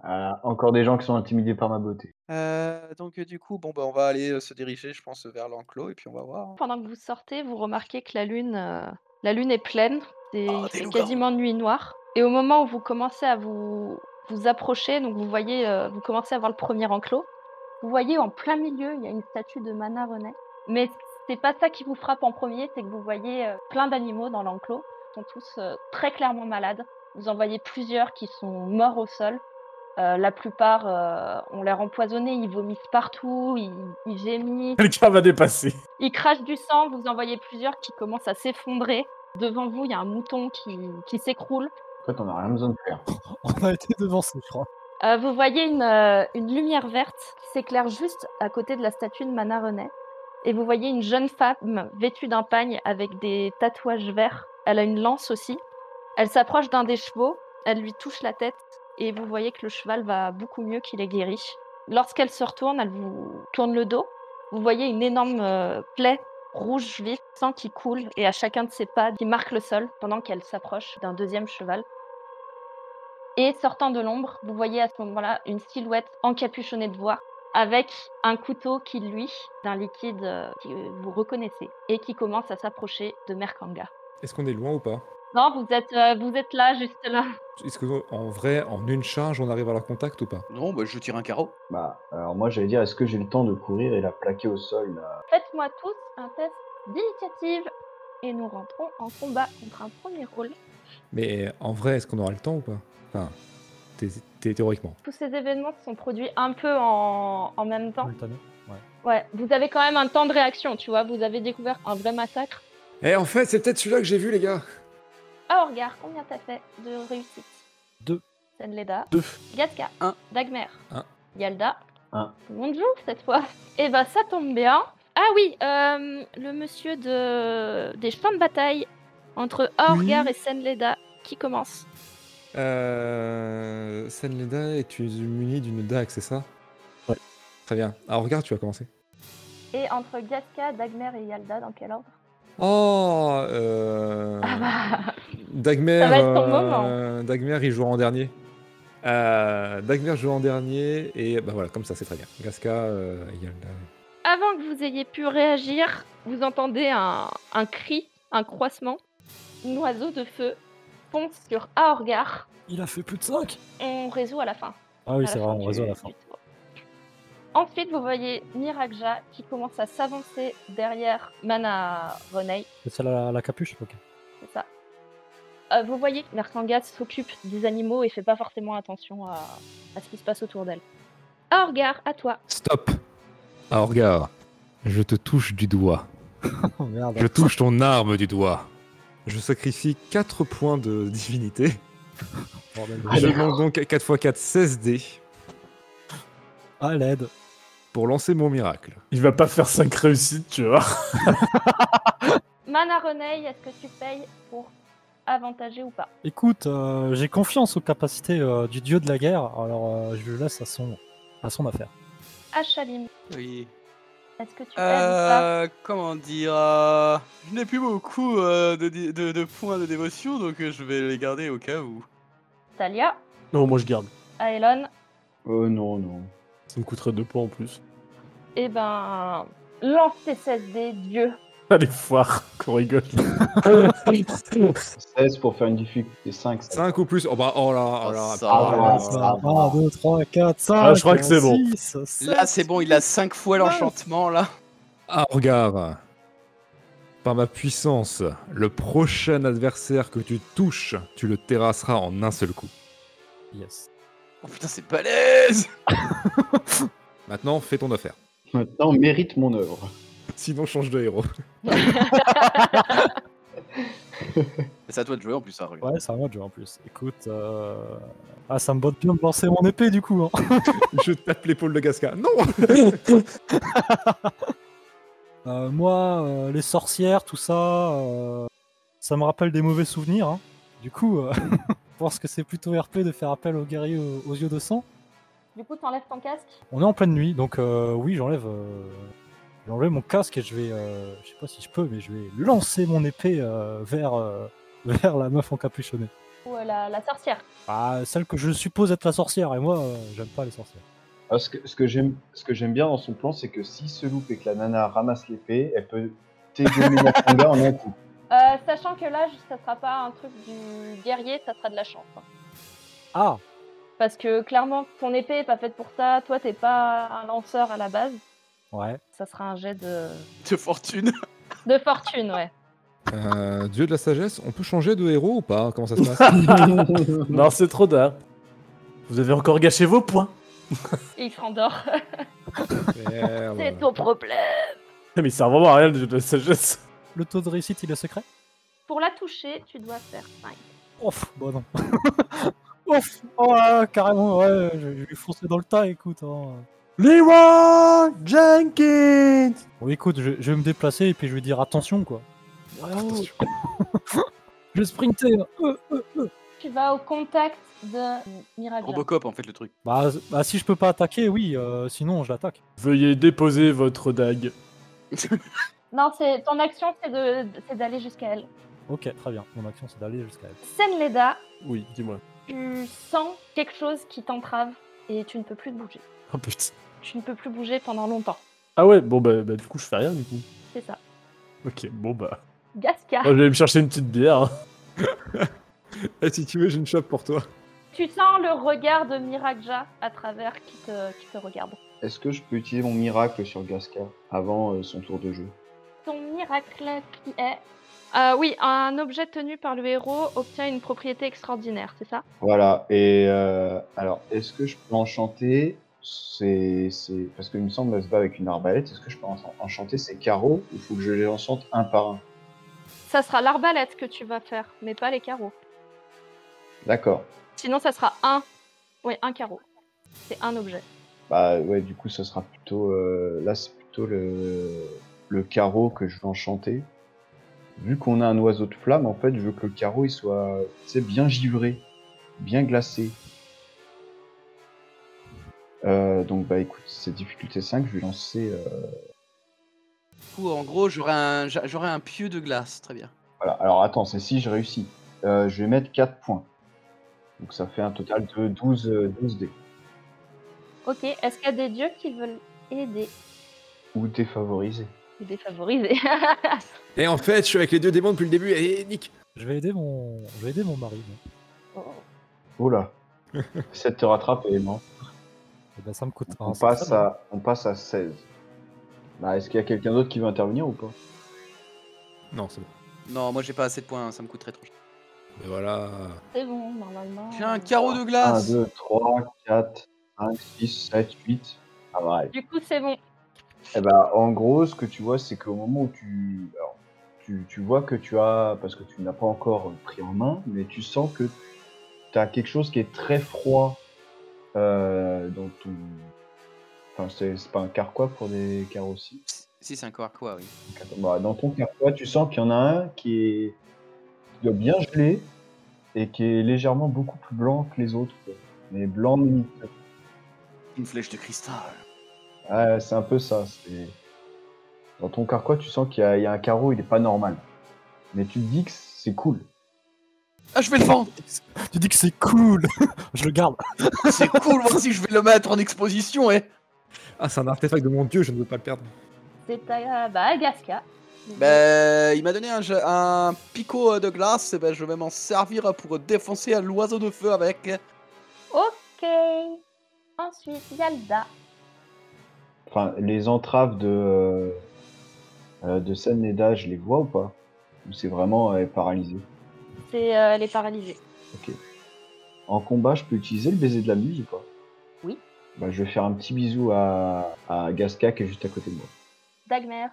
[SPEAKER 3] Ah, encore des gens qui sont intimidés par ma beauté.
[SPEAKER 2] Euh, Donc, euh, du coup, bon, bah, on va aller euh, se diriger, je pense, vers l'enclos et puis on va voir. hein.
[SPEAKER 5] Pendant que vous sortez, vous remarquez que la lune, euh, la lune est pleine, c'est
[SPEAKER 2] Oh,
[SPEAKER 5] il
[SPEAKER 2] des
[SPEAKER 5] fait
[SPEAKER 2] loups-garous.
[SPEAKER 5] quasiment nuit noire. Et au moment où vous commencez à vous, vous approcher, donc vous voyez, euh, vous commencez à voir le premier enclos, vous voyez en plein milieu, il y a une statue de Mana René. Mais c'est pas ça qui vous frappe en premier, c'est que vous voyez euh, plein d'animaux dans l'enclos, ils sont tous euh, très clairement malades. Vous en voyez plusieurs qui sont morts au sol. Euh, la plupart euh, ont l'air empoisonnés, ils vomissent partout, ils, ils gémissent.
[SPEAKER 7] Quelqu'un va dépasser.
[SPEAKER 5] Il crache du sang, vous en voyez plusieurs qui commencent à s'effondrer. Devant vous, il y a un mouton qui, qui s'écroule.
[SPEAKER 3] En fait, on n'a rien besoin de faire.
[SPEAKER 6] [LAUGHS] on a été devancés, je crois.
[SPEAKER 5] Euh, vous voyez une, euh, une lumière verte qui s'éclaire juste à côté de la statue de Mana René. Et vous voyez une jeune femme vêtue d'un pagne avec des tatouages verts. Elle a une lance aussi. Elle s'approche d'un des chevaux, elle lui touche la tête et vous voyez que le cheval va beaucoup mieux qu'il est guéri. Lorsqu'elle se retourne, elle vous tourne le dos. Vous voyez une énorme euh, plaie rouge vif, sang qui coule et à chacun de ses pas qui marque le sol pendant qu'elle s'approche d'un deuxième cheval. Et sortant de l'ombre, vous voyez à ce moment-là une silhouette encapuchonnée de voix avec un couteau qui, lui, d'un liquide euh, que vous reconnaissez et qui commence à s'approcher de Merkanga.
[SPEAKER 4] Est-ce qu'on est loin ou pas
[SPEAKER 5] Non, vous êtes, euh, vous êtes là, juste là.
[SPEAKER 4] Est-ce qu'en vrai, en une charge, on arrive à leur contact ou pas
[SPEAKER 2] Non, bah, je tire un carreau.
[SPEAKER 3] Bah, alors moi, j'allais dire, est-ce que j'ai le temps de courir et la plaquer au sol là
[SPEAKER 5] Faites-moi tous un test d'initiative et nous rentrons en combat contre un premier rôle.
[SPEAKER 4] Mais en vrai, est-ce qu'on aura le temps ou pas Enfin, thé- thé- théoriquement.
[SPEAKER 5] Tous ces événements se sont produits un peu en, en même temps.
[SPEAKER 6] Simultané.
[SPEAKER 5] Ouais, vous avez quand même un temps de réaction, tu vois. Vous avez découvert un vrai massacre.
[SPEAKER 4] Eh, en fait, c'est peut-être celui-là que j'ai vu, les gars.
[SPEAKER 5] Ah, regarde, combien t'as fait de réussite
[SPEAKER 6] Deux.
[SPEAKER 5] Senleda.
[SPEAKER 7] Deux.
[SPEAKER 5] Gatka.
[SPEAKER 2] Un.
[SPEAKER 5] Dagmer.
[SPEAKER 4] Un.
[SPEAKER 5] Yalda.
[SPEAKER 3] Un.
[SPEAKER 5] Tout le monde joue cette fois. Et bah ça tombe bien. Ah oui, euh, le monsieur de... des champs de bataille entre Orgar et Senleda qui commence.
[SPEAKER 4] Euh... Senleda, et tu es muni d'une dague, c'est ça
[SPEAKER 7] Ouais.
[SPEAKER 4] Très bien. Alors, regarde, tu vas commencer.
[SPEAKER 5] Et entre Gatka, Dagmer et Yalda, dans quel ordre
[SPEAKER 4] Oh euh...
[SPEAKER 5] Ah bah,
[SPEAKER 4] Dagmer,
[SPEAKER 5] Ça va être ton
[SPEAKER 4] euh, Dagmer, il jouera en dernier. Euh, Dagmer joue en dernier et bah voilà, comme ça, c'est très bien. Gasca, euh, Yalda.
[SPEAKER 5] Avant que vous ayez pu réagir, vous entendez un, un cri, un croissement. Un oiseau de feu fonce sur Aorgar.
[SPEAKER 6] Il a fait plus de 5
[SPEAKER 5] On résout à la fin.
[SPEAKER 6] Ah oui,
[SPEAKER 5] à
[SPEAKER 6] c'est
[SPEAKER 5] la
[SPEAKER 6] vrai,
[SPEAKER 5] fin
[SPEAKER 6] on
[SPEAKER 5] du-
[SPEAKER 6] résout à la
[SPEAKER 5] du
[SPEAKER 6] fin.
[SPEAKER 5] tour. Ensuite, vous voyez Mirakja qui commence à s'avancer derrière Mana Renei,
[SPEAKER 6] C'est celle à la, la capuche Ok.
[SPEAKER 5] c'est ça. Euh, vous voyez que Merkanga s'occupe des animaux et fait pas forcément attention à, à ce qui se passe autour d'elle. Orgar, à toi.
[SPEAKER 4] Stop Ah, regarde, je te touche du doigt.
[SPEAKER 6] Oh merde.
[SPEAKER 4] Je touche ton arme du doigt. Je sacrifie 4 points de divinité.
[SPEAKER 6] Bordel
[SPEAKER 3] Ah,
[SPEAKER 6] de-
[SPEAKER 4] Je lance donc 4 x 4, 16 dés
[SPEAKER 6] À l'aide.
[SPEAKER 4] pour lancer mon miracle.
[SPEAKER 7] Il va pas faire 5 réussites, tu vois.
[SPEAKER 5] Mana Renei, est-ce que tu payes pour avantager ou pas
[SPEAKER 6] Écoute, euh, j'ai confiance aux capacités euh, du dieu de la guerre, alors euh, je le laisse à son, à son affaire.
[SPEAKER 5] Achalim,
[SPEAKER 2] Oui.
[SPEAKER 5] est-ce que tu aides ou pas
[SPEAKER 2] Euh, comment dire euh, Je n'ai plus beaucoup euh, de, di- de- de points de dévotion, donc euh, je vais les garder au cas où.
[SPEAKER 5] Talia,
[SPEAKER 7] Non, moi je garde.
[SPEAKER 5] Aelon,
[SPEAKER 3] Oh non, non.
[SPEAKER 7] Ça me coûterait 2 points en plus.
[SPEAKER 5] Eh ben, lance tes 16 dés, Dieu.
[SPEAKER 7] Allez, foire, [LAUGHS] qu'on rigole.
[SPEAKER 3] 16 pour faire une difficulté 5.
[SPEAKER 4] 5 ou plus Oh bah, oh là, oh là.
[SPEAKER 2] Oh, ça
[SPEAKER 4] putain,
[SPEAKER 3] va,
[SPEAKER 4] oh
[SPEAKER 3] Ah, ça
[SPEAKER 4] là.
[SPEAKER 3] va.
[SPEAKER 6] 1, 2, 3, 4, 5.
[SPEAKER 7] Ah, je crois que c'est bon.
[SPEAKER 2] Là, c'est bon, il a 5 fois l'enchantement, là.
[SPEAKER 4] Ah, regarde Par ma puissance, le prochain adversaire que tu touches, tu le terrasseras en un seul coup.
[SPEAKER 7] Yes.
[SPEAKER 2] Oh putain, c'est balèze
[SPEAKER 4] Maintenant, fais ton affaire.
[SPEAKER 3] Maintenant, mérite mon œuvre.
[SPEAKER 4] Sinon, change de héros. [LAUGHS]
[SPEAKER 2] C'est à toi de jouer en plus, hein, à rue.
[SPEAKER 6] Ouais, c'est un moi de jouer en plus. Écoute, euh... ah, ça me botte bien de lancer mon épée du coup. hein. [LAUGHS]
[SPEAKER 4] Je tape l'épaule de Gasca. Non
[SPEAKER 6] Euh, moi, euh, les sorcières, tout ça, euh, ça me rappelle des mauvais souvenirs. hein. Du coup, euh, [LAUGHS] je pense que c'est plutôt RP de faire appel aux guerriers aux, aux yeux de sang.
[SPEAKER 5] Du coup, t'enlèves ton casque
[SPEAKER 6] On est en pleine nuit, donc euh, oui, j'enlève euh, j'enlève mon casque et je vais, euh, je sais pas si je peux, mais je vais lancer mon épée euh, vers, euh, [LAUGHS] vers la meuf encapuchonnée.
[SPEAKER 5] ou euh, la, la sorcière
[SPEAKER 6] Ah, celle que je suppose être la sorcière, et moi, euh, j'aime pas les sorcières.
[SPEAKER 3] Ah, ce que, ce que j'aime ce que j'aime bien dans son plan, c'est que s'il se loupe et que la nana ramasse l'épée, elle peut t'égouiller Merkanga en un coup.
[SPEAKER 5] Euh, Sachant que là, je- ça sera pas un truc du guerrier, ça sera de la chance. hein.
[SPEAKER 6] Ah,
[SPEAKER 5] Parce que clairement, ton épée est pas faite pour ça, toi, t'es pas un lanceur à la base.
[SPEAKER 6] ouais.
[SPEAKER 5] Ça sera un jet de,
[SPEAKER 2] De fortune [LAUGHS]
[SPEAKER 5] de fortune, ouais.
[SPEAKER 4] Euh, Dieu de la sagesse, on peut changer de héros ou pas Comment ça se [LAUGHS] passe
[SPEAKER 7] Non, c'est trop tard. Vous avez encore gâché vos points.
[SPEAKER 5] Et il se rendort.
[SPEAKER 4] Merde.
[SPEAKER 5] C'est ton problème.
[SPEAKER 7] Eh, Mais il sert vraiment à rien le jeu de la sagesse.
[SPEAKER 6] Le taux de réussite, il est secret
[SPEAKER 5] Pour la toucher, tu dois faire 5.
[SPEAKER 6] Ouf, bon non. [LAUGHS] Ouf, oh là là, carrément, ouais, je je vais lui foncer dans le tas, écoute. hein.
[SPEAKER 7] Leroy Jenkins
[SPEAKER 6] Bon, écoute, je, je vais me déplacer et puis je vais dire attention, quoi.
[SPEAKER 7] Oh, Attention.
[SPEAKER 6] Je vais sprinter. là. Euh, euh.
[SPEAKER 5] Tu vas au contact de Mirabia.
[SPEAKER 2] Robocop, en fait, le truc.
[SPEAKER 6] Bah, z- bah, si je peux pas attaquer, oui, euh, sinon je l'attaque.
[SPEAKER 7] Veuillez déposer votre dague.
[SPEAKER 5] Non, c'est ton action, c'est de- c'est d'aller jusqu'à elle.
[SPEAKER 6] Ok, très bien. Mon action, c'est d'aller jusqu'à elle.
[SPEAKER 5] Senleda,
[SPEAKER 7] Oui, dis-moi.
[SPEAKER 5] tu sens quelque chose qui t'entrave et tu ne peux plus te bouger.
[SPEAKER 7] Oh putain.
[SPEAKER 5] Tu ne peux plus bouger pendant longtemps.
[SPEAKER 7] Ah ouais, bon bah, bah, du coup je fais rien du coup.
[SPEAKER 5] C'est ça.
[SPEAKER 7] Ok, bon bah.
[SPEAKER 5] Gasca,
[SPEAKER 7] Moi, je vais me chercher une petite bière. [LAUGHS] hein. Ah,
[SPEAKER 4] Eh, Si tu veux, j'ai une chope pour toi.
[SPEAKER 5] tu sens le regard de Miraja à travers qui te, qui te regarde.
[SPEAKER 3] Est-ce que je peux utiliser mon miracle sur Gasca avant euh, son tour de jeu
[SPEAKER 5] Ton miracle qui est... Euh, oui, un objet tenu par le héros obtient une propriété extraordinaire, c'est ça
[SPEAKER 3] Voilà, et euh, alors, est-ce que je peux enchanter c'est Parce qu'il me semble qu'elle se bat avec une arbalète, est-ce que je peux en- enchanter ces carreaux ou faut que je les enchante un par un
[SPEAKER 5] Ça sera l'arbalète que tu vas faire, mais pas les carreaux.
[SPEAKER 3] D'accord.
[SPEAKER 5] Sinon, ça sera un. Oui, un carreau. C'est un objet.
[SPEAKER 3] Bah ouais, du coup, ce sera plutôt. euh, là, c'est plutôt le, le carreau que je vais enchanter. Vu qu'on a un oiseau de flamme, en fait, je veux que le carreau il soit tu sais, bien givré, bien glacé. Euh, donc, bah écoute, c'est difficulté 5, je vais lancer. euh,
[SPEAKER 2] Du coup, en gros, j'aurais un, j'a- j'aurais un pieu de glace. Très bien.
[SPEAKER 3] voilà. Alors, attends, c'est si je réussis. Euh, je vais mettre 4 points. Donc, ça fait un total de 12, euh, 12 dés.
[SPEAKER 5] Ok, est-ce qu'il y a des dieux qui veulent aider
[SPEAKER 3] Ou défavorisés.
[SPEAKER 5] ou [LAUGHS] défavoriser
[SPEAKER 4] Et en fait, je suis avec les deux démons depuis le début. Et Nick
[SPEAKER 6] Je vais aider mon, je vais aider mon mari. moi.
[SPEAKER 3] Oh là Ça te rattrape, Clément.
[SPEAKER 6] Et ben, ça me coûte un.
[SPEAKER 3] On
[SPEAKER 6] c'est
[SPEAKER 3] passe,
[SPEAKER 6] très bien.
[SPEAKER 3] à, on passe à 16. Bah, Est-ce qu'il y a quelqu'un d'autre qui veut intervenir ou pas
[SPEAKER 4] Non, c'est bon.
[SPEAKER 2] Non, moi, j'ai pas assez de points. hein, Ça me coûterait trop. cher.
[SPEAKER 4] Mais voilà.
[SPEAKER 5] C'est bon, normalement.
[SPEAKER 2] J'ai un carreau de
[SPEAKER 3] 1,
[SPEAKER 2] glace
[SPEAKER 3] 2, 3, 4, 5, 6, 7, 8. Ah ouais.
[SPEAKER 5] Du coup, c'est bon.
[SPEAKER 3] Eh ben, en gros, ce que tu vois, c'est qu'au moment où tu... alors, tu... Tu vois que tu as... Parce que tu n'as pas encore pris en main, mais tu sens que tu as quelque chose qui est très froid euh, dans ton... Enfin, c'est c'est pas un carquois pour des carrossiers.
[SPEAKER 2] Si, c'est un corps quoi, oui.
[SPEAKER 3] Bah, dans ton carquois, tu sens qu'il y en a un qui est qui doit bien geler et qui est légèrement beaucoup plus blanc que les autres. quoi. Mais blanc limite.
[SPEAKER 2] Une flèche de cristal.
[SPEAKER 3] Ah, c'est un peu ça. c'est- Dans ton carquois, tu sens qu'il y, a- il y a un carreau, il est pas normal. Mais tu te dis que c'est cool.
[SPEAKER 2] Ah, je vais le vendre
[SPEAKER 6] Tu dis que c'est
[SPEAKER 7] [LAUGHS]
[SPEAKER 6] cool. je le garde.
[SPEAKER 2] C'est cool, moi aussi, je vais le mettre en exposition, eh
[SPEAKER 4] Ah, c'est un artefact de mon dieu, je ne veux pas le perdre.
[SPEAKER 5] C'est à bah, à Gasca.
[SPEAKER 2] Ben, il m'a donné un, ja- un picot euh, de glace, et ben, je vais m'en servir pour défoncer un l'oiseau de feu avec.
[SPEAKER 5] Ok. Ensuite, Yalda.
[SPEAKER 3] Enfin, les entraves de, Euh, de Saneda, je les vois ou pas Ou c'est vraiment euh, paralysé
[SPEAKER 5] C'est, euh, elle est paralysée.
[SPEAKER 3] Ok. En combat, je peux utiliser le baiser de la muse ou pas
[SPEAKER 5] Oui.
[SPEAKER 3] Bah, je vais faire un petit bisou à, à Gasca qui est juste à côté de moi.
[SPEAKER 5] Dagmer.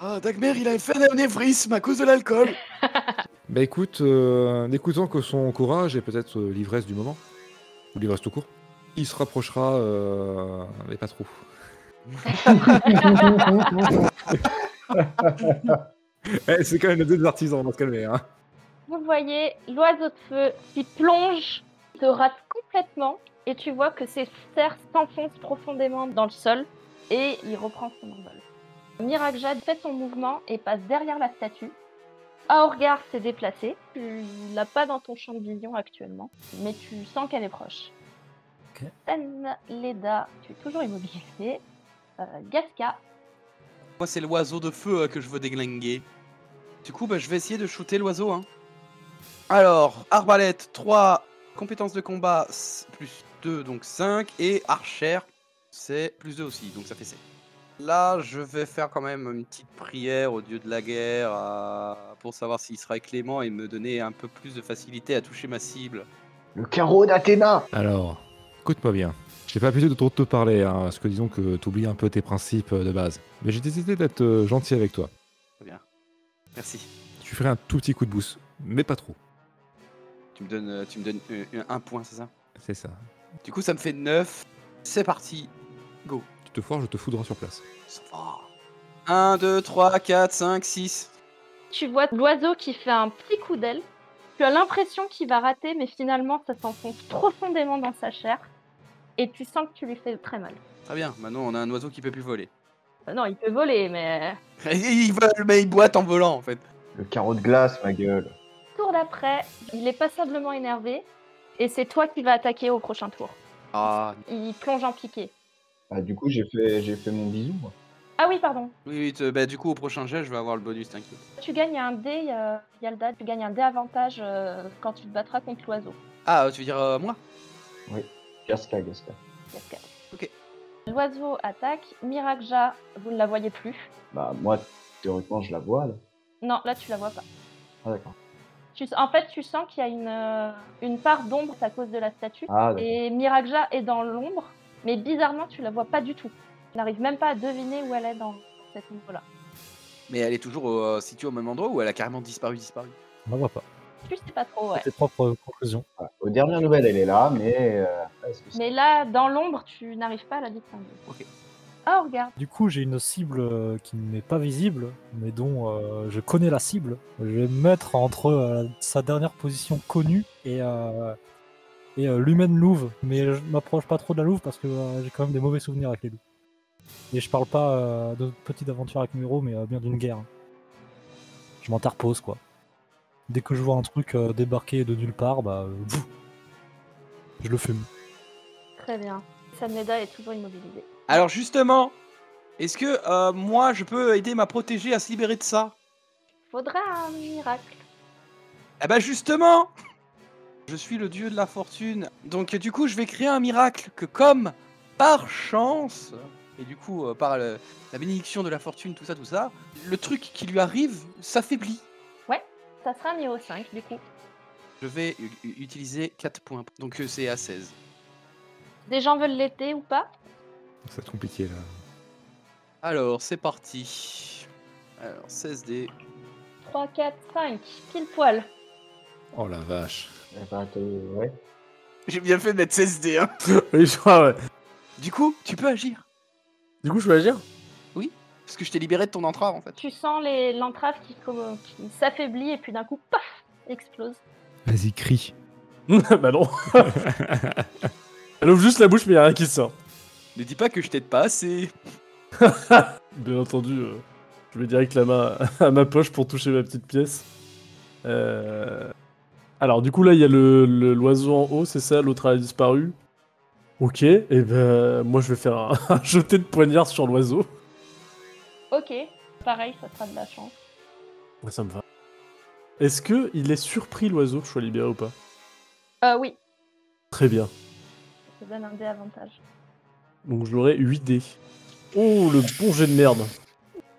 [SPEAKER 2] Ah, Dagmer, il a fait un névrisme à cause de l'alcool.
[SPEAKER 4] Bah écoute, euh, n'écoutant que son courage et peut-être euh, l'ivresse du moment, ou l'ivresse tout court, il se rapprochera, euh, mais pas [LAUGHS] trop. Eh, c'est quand même le deux des artisans, on va se calmer. Hein.
[SPEAKER 5] Vous le voyez l'oiseau de feu qui plonge, se rate complètement, et tu vois que ses serres s'enfoncent profondément dans le sol, et il reprend son envol. Miracle fait son mouvement et passe derrière la statue. Aorgar s'est déplacée, tu l'as pas dans ton champ de vision actuellement, mais tu sens qu'elle est proche.
[SPEAKER 6] Ok.
[SPEAKER 5] Tan Leda, tu es toujours immobilisé. Euh, Gaska,
[SPEAKER 2] Moi, c'est l'oiseau de feu euh, que je veux déglinguer. Du coup, bah, je vais essayer de shooter l'oiseau. hein. Alors, arbalète, 3, compétences de combat, s- plus 2, donc 5, et archère, c'est plus 2 aussi, donc ça fait 7. Là, je vais faire quand même une petite prière au dieu de la guerre à- pour savoir s'il sera clément et me donner un peu plus de facilité à toucher ma cible.
[SPEAKER 3] Le carreau d'Athéna
[SPEAKER 4] Alors, écoute-moi bien. J'ai pas l'habitude de trop te parler, hein, parce que disons que t'oublies un peu tes principes euh, de base. Mais j'ai décidé d'être euh, gentil avec toi.
[SPEAKER 2] Très bien. Merci.
[SPEAKER 4] Tu ferai un tout petit coup de boost, mais pas trop.
[SPEAKER 2] Tu me donnes, euh, tu me donnes euh, un point, c'est ça
[SPEAKER 4] C'est ça.
[SPEAKER 2] Du coup, ça me fait 9. C'est parti. Go.
[SPEAKER 4] Tu te foires, je te foudre sur place.
[SPEAKER 2] Ça va. 1, 2, 3, 4, 5, 6.
[SPEAKER 5] tu vois l'oiseau qui fait un petit coup d'aile. Tu as l'impression qu'il va rater, mais finalement, ça s'enfonce profondément dans sa chair. Et tu sens que tu lui fais très mal.
[SPEAKER 2] Très bien, maintenant on a un oiseau qui peut plus voler. [LAUGHS]
[SPEAKER 5] Enfin, non, il peut voler, mais... euh,
[SPEAKER 2] Ils veulent, mais ils boitent en volant en fait.
[SPEAKER 3] Le carreau de glace, ma gueule.
[SPEAKER 5] Tour d'après, il est passablement énervé. Et c'est toi qui vas attaquer au prochain tour.
[SPEAKER 2] Ah,
[SPEAKER 5] Il plonge en piqué.
[SPEAKER 3] Bah, du coup, j'ai fait, j'ai fait mon bisou, moi.
[SPEAKER 5] Ah oui, pardon.
[SPEAKER 2] oui, oui, te- bah, du coup au prochain jet, je vais avoir le bonus, t'inquiète.
[SPEAKER 5] Tu gagnes un dé, euh, Yalda. Tu gagnes un dé avantage euh, quand tu te battras contre l'oiseau.
[SPEAKER 2] Ah, tu veux dire euh, moi
[SPEAKER 3] Gasca, Gasca.
[SPEAKER 5] Cascade.
[SPEAKER 2] Ok.
[SPEAKER 5] L'oiseau attaque. Mirakja, vous ne la voyez plus.
[SPEAKER 3] Bah, moi, théoriquement, je la vois, là.
[SPEAKER 5] Non, là, tu la vois pas.
[SPEAKER 3] Ah, d'accord.
[SPEAKER 5] Tu- en fait, tu sens qu'il y a une, euh, une part d'ombre à cause de la statue.
[SPEAKER 3] Ah, d'accord.
[SPEAKER 5] Et Mirakja est dans l'ombre, mais bizarrement, tu la vois pas du tout. Tu n'arrives même pas à deviner où elle est dans cette ombre-là.
[SPEAKER 2] Mais elle est toujours euh, située au même endroit ou elle a carrément disparu, disparu
[SPEAKER 6] On la voit pas.
[SPEAKER 5] Tu sais pas trop, ouais.
[SPEAKER 6] Tes propres conclusions.
[SPEAKER 3] Voilà. Aux dernières nouvelles, elle est là, mais... euh, est-ce que c'est-
[SPEAKER 5] Mais là, dans l'ombre, tu n'arrives pas à la distinguer.
[SPEAKER 2] Ok.
[SPEAKER 5] Ah, regarde.
[SPEAKER 6] Du coup, j'ai une cible euh, qui n'est pas visible, mais dont euh, je connais la cible. Je vais me mettre entre euh, sa dernière position connue et, euh, et euh, l'humaine louve. Mais je m'approche pas trop de la louve parce que euh, j'ai quand même des mauvais souvenirs avec les loups. Et je parle pas euh, de petite aventure avec Muro, mais euh, bien d'une guerre. Je m'interpose, quoi. Dès que je vois un truc euh, débarquer de nulle part, bah, euh, pff, je le fume.
[SPEAKER 5] Très bien. Samneda est toujours immobilisée.
[SPEAKER 2] Alors justement, est-ce que euh, moi je peux aider ma protégée à se libérer de ça
[SPEAKER 5] Faudra un miracle.
[SPEAKER 2] Eh bah justement Je suis le dieu de la fortune, donc du coup je vais créer un miracle que comme par chance, et du coup euh, par le- la bénédiction de la fortune, tout ça, tout ça, le truc qui lui arrive s'affaiblit.
[SPEAKER 5] Ça sera un niveau 5, du coup.
[SPEAKER 2] Je vais u- u- utiliser 4 points. Donc euh, c'est à 16.
[SPEAKER 5] Des gens veulent l'aider ou pas
[SPEAKER 4] Ça va être compliqué là.
[SPEAKER 2] Alors, c'est parti. Alors, 16 d
[SPEAKER 5] 3, 4, 5. Pile poil.
[SPEAKER 4] Oh la vache.
[SPEAKER 3] Eh ben, t'es- ouais.
[SPEAKER 2] J'ai bien fait de mettre 16 d hein.
[SPEAKER 7] Oui, je crois, ouais.
[SPEAKER 2] Du coup, tu peux agir.
[SPEAKER 7] Du coup, je vais agir
[SPEAKER 2] Parce que je t'ai libéré de ton entrave, en fait.
[SPEAKER 5] Tu sens les- l'entrave qui, comme- qui s'affaiblit et puis d'un coup, paf, explose.
[SPEAKER 4] Vas-y, crie.
[SPEAKER 7] [LAUGHS] Bah non. Elle ouvre juste la bouche, mais y a rien qui sort.
[SPEAKER 2] Ne dis pas que je t'aide pas assez.
[SPEAKER 7] Bien entendu, euh, je vais direct la main [LAUGHS] à ma poche pour toucher ma petite pièce. Euh, Alors, du coup, là, il y a le- le- l'oiseau en haut, c'est ça L'autre a disparu Ok, et ben moi je vais faire un, [LAUGHS] un jeté de poignard sur l'oiseau.
[SPEAKER 5] Ok, pareil, ça sera de la chance.
[SPEAKER 7] Ouais, ça me va. Est-ce que il est surpris l'oiseau que je sois libéré ou pas
[SPEAKER 5] Euh, oui,
[SPEAKER 7] Très bien.
[SPEAKER 5] ça te donne un dé avantage.
[SPEAKER 7] Donc j'aurai 8 dés. Oh, le bon jet de merde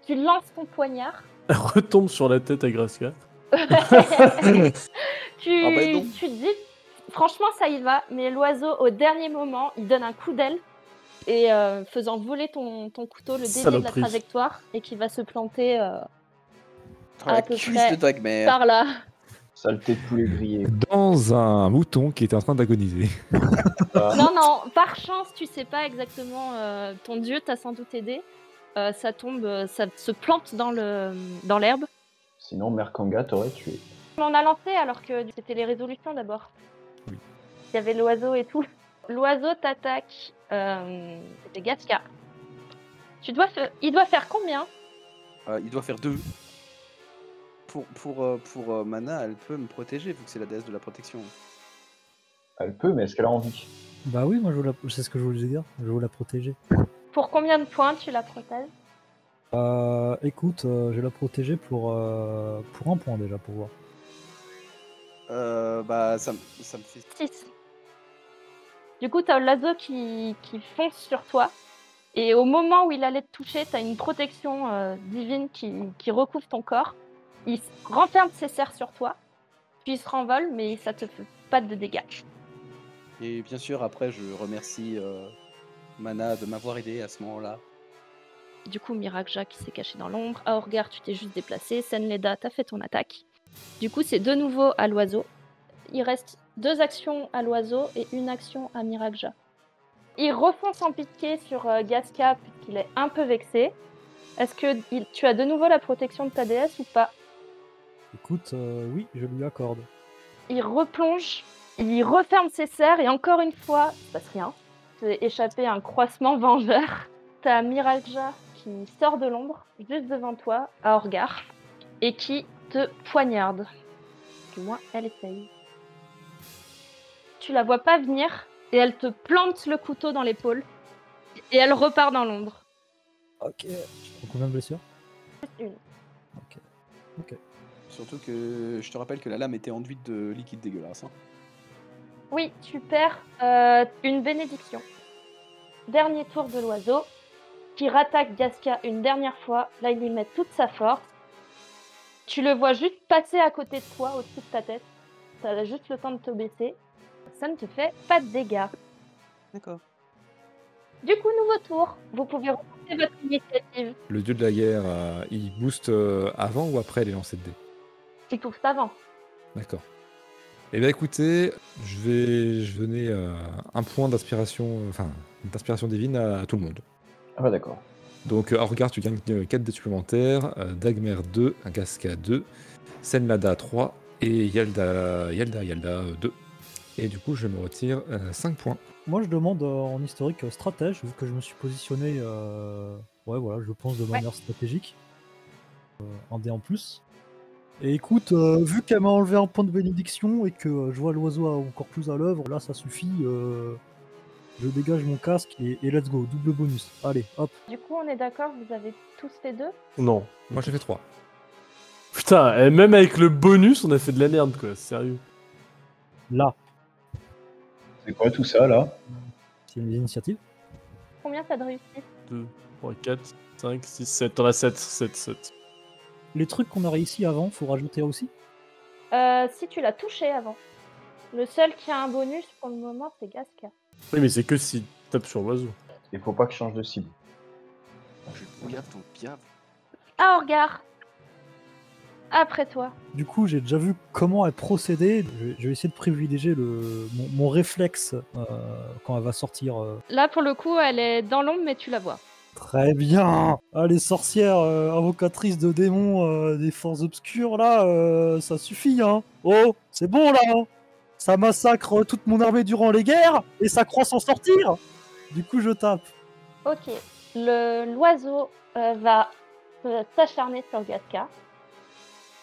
[SPEAKER 5] Tu lances ton [LAUGHS] poignard.
[SPEAKER 7] Elle retombe sur la tête à Graska.
[SPEAKER 5] tu,
[SPEAKER 2] Ah bah non.
[SPEAKER 5] tu te dis, franchement, ça y va, mais l'oiseau, au dernier moment, il donne un coup d'aile et euh, faisant voler ton, ton couteau, le dévier de la
[SPEAKER 7] Saloperie.
[SPEAKER 5] trajectoire et qui va se planter euh,
[SPEAKER 2] Ah, la
[SPEAKER 5] à peu
[SPEAKER 2] cuisse
[SPEAKER 5] près.
[SPEAKER 2] de Dagmer.
[SPEAKER 5] par là. [LAUGHS]
[SPEAKER 3] Saleté de poulet
[SPEAKER 4] [LAUGHS]
[SPEAKER 3] grillé.
[SPEAKER 4] Dans un mouton qui était en train d'agoniser.
[SPEAKER 3] Ah,
[SPEAKER 5] Non, non, par chance, tu sais pas exactement. euh, ton dieu t'a sans doute aidé. Euh, ça tombe, euh, ça se plante dans le dans l'herbe.
[SPEAKER 3] Sinon, Merkanga t'aurait tué.
[SPEAKER 5] On a lancé alors que c'était les résolutions d'abord.
[SPEAKER 4] Oui.
[SPEAKER 5] Il y avait l'oiseau et tout. L'oiseau t'attaque. Euh, c'était Gaska. Tu dois fa- Il doit faire combien
[SPEAKER 2] Euh, il doit faire deux. Pour, pour, euh, pour euh, Mana, elle peut me protéger vu que c'est la déesse de la protection.
[SPEAKER 3] Elle peut, mais est-ce qu'elle a envie
[SPEAKER 6] Bah oui, moi je veux la... c'est ce que je voulais dire. Je veux la protéger.
[SPEAKER 5] Pour combien de points tu la protèges
[SPEAKER 6] Euh, écoute, euh, je vais la protéger pour, euh, pour un point déjà, pour voir.
[SPEAKER 2] Euh, bah, ça, me- ça me fait.
[SPEAKER 5] 6. Du coup, t'as l'oiseau qui... qui fonce sur toi. Et au moment où il allait te toucher, t'as une protection euh, divine qui... qui recouvre ton corps. Il s- renferme ses serres sur toi. Puis il se renvole, mais ça te fait pas de dégâts.
[SPEAKER 2] Et bien sûr, après, je remercie euh, Mana de m'avoir aidé à ce moment-là.
[SPEAKER 5] Du coup, Miraja qui s'est caché dans l'ombre. Aorgar, tu t'es juste déplacé. Senleda, t'as fait ton attaque. Du coup, c'est de nouveau à l'oiseau. Il reste deux actions à l'oiseau et une action à Miraja. Il refonce en piqué sur euh, Gaska puisqu'il est un peu vexé. Est-ce que il- tu as de nouveau la protection de ta déesse ou pas
[SPEAKER 6] Écoute, euh, oui, je lui accorde.
[SPEAKER 5] Il replonge, il referme ses serres et encore une fois, il se passe rien. C'est échappé à un croissement vengeur. T'as Miraja qui sort de l'ombre, juste devant toi, à Orgar, et qui te poignarde. Du moins, elle essaye. Tu la vois pas venir et elle te plante le couteau dans l'épaule et elle repart dans l'ombre.
[SPEAKER 6] Ok. Je prends combien de blessures
[SPEAKER 5] Une.
[SPEAKER 6] Ok.
[SPEAKER 2] Surtout que je te rappelle que la lame était enduite de liquide dégueulasse. hein.
[SPEAKER 5] Oui, tu perds euh, une bénédiction. Dernier tour de l'oiseau, qui rattaque Gaska une dernière fois. Là, il lui met toute sa force. Tu le vois juste passer à côté de toi, au-dessus de ta tête. T'as juste le temps de te baisser. Ça ne te fait pas de dégâts.
[SPEAKER 2] D'accord.
[SPEAKER 5] Du coup, nouveau tour. Vous pouvez remonter votre initiative.
[SPEAKER 4] Le dieu de la guerre, euh, il booste euh, avant ou après les lancers de dés
[SPEAKER 5] Tu touches avant.
[SPEAKER 4] D'accord. Eh bien écoutez, je vais je vais donner euh, un point d'inspiration, euh, enfin d'inspiration divine à, à tout le monde.
[SPEAKER 3] Ah bah d'accord.
[SPEAKER 4] Donc euh, Orgar, tu gagnes 4 dés supplémentaires, euh, Dagmer 2, Agaska 2, Senlada 3 et Yalda Yalda Yalda euh, 2. Et du coup, je me retire 5 points.
[SPEAKER 6] Moi, je demande euh, en historique euh, stratège, vu que je me suis positionné, euh, ouais, voilà, je pense de manière stratégique. Euh, un dé en plus. Et écoute, euh, vu qu'elle m'a enlevé un point de bénédiction et que euh, je vois l'oiseau encore plus à l'œuvre, là, ça suffit. euh, je dégage mon casque et, et let's go, double bonus. Allez, hop.
[SPEAKER 5] Du coup, on est d'accord, vous avez tous fait deux.
[SPEAKER 7] Non.
[SPEAKER 4] Moi, j'ai fait 3.
[SPEAKER 7] Putain, et même avec le bonus, on a fait de la merde, quoi. Sérieux.
[SPEAKER 6] Là,
[SPEAKER 3] C'est quoi tout ça là
[SPEAKER 6] c'est une initiative.
[SPEAKER 5] Combien ça de réussite
[SPEAKER 7] 2, 3, 4, 5, 6, 7. T'en as 7, 7, 7.
[SPEAKER 6] Les trucs qu'on a réussi avant, faut rajouter aussi.
[SPEAKER 5] Euh, Si tu l'as touché avant. Le seul qui a un bonus pour le moment, c'est Gaska.
[SPEAKER 7] Oui, mais c'est que si tu tapes sur l'oiseau.
[SPEAKER 3] Il faut pas que je change de cible.
[SPEAKER 2] Je regarde ton piaf.
[SPEAKER 5] à Ah, Orgar. Après toi.
[SPEAKER 6] Du coup, j'ai déjà vu comment elle procédait. Je, vais- je vais essayer de privilégier le, mon, mon réflexe euh, quand elle va sortir. euh,
[SPEAKER 5] Là, pour le coup, elle est dans l'ombre, mais tu la vois.
[SPEAKER 6] Très bien Ah, les sorcières euh, invocatrices de démons euh, des forces obscures, là, euh, ça suffit, hein Oh, c'est bon, là hein Ça massacre euh, toute mon armée durant les guerres, et ça croit s'en sortir Du coup, je tape.
[SPEAKER 5] Ok. Le l'oiseau euh, va euh, s'acharner sur Gaska.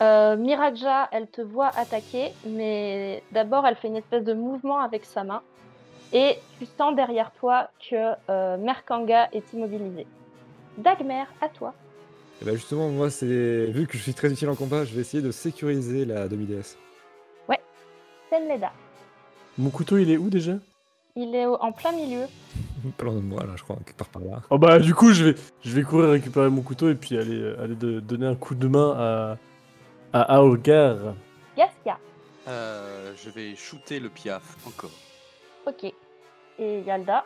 [SPEAKER 5] Euh, Miraja, elle te voit attaquer, mais d'abord, elle fait une espèce de mouvement avec sa main. Et tu sens derrière toi que euh, Merkanga est immobilisé. Dagmer, à toi.
[SPEAKER 4] Et bien justement, moi, c'est vu que je suis très utile en combat, je vais essayer de sécuriser la demi-déesse.
[SPEAKER 5] Senleda.
[SPEAKER 7] Mon couteau, il est où déjà
[SPEAKER 5] Il est au- en plein milieu.
[SPEAKER 4] Pas loin de moi, là, je crois, quelque part par là. [LAUGHS]
[SPEAKER 7] Oh bah du coup je vais je vais courir récupérer mon couteau et puis aller euh, aller de- donner un coup de main à à Aogar.
[SPEAKER 5] Gaskia.
[SPEAKER 2] Euh, je vais shooter le piaf encore.
[SPEAKER 5] Ok. Et Yalda.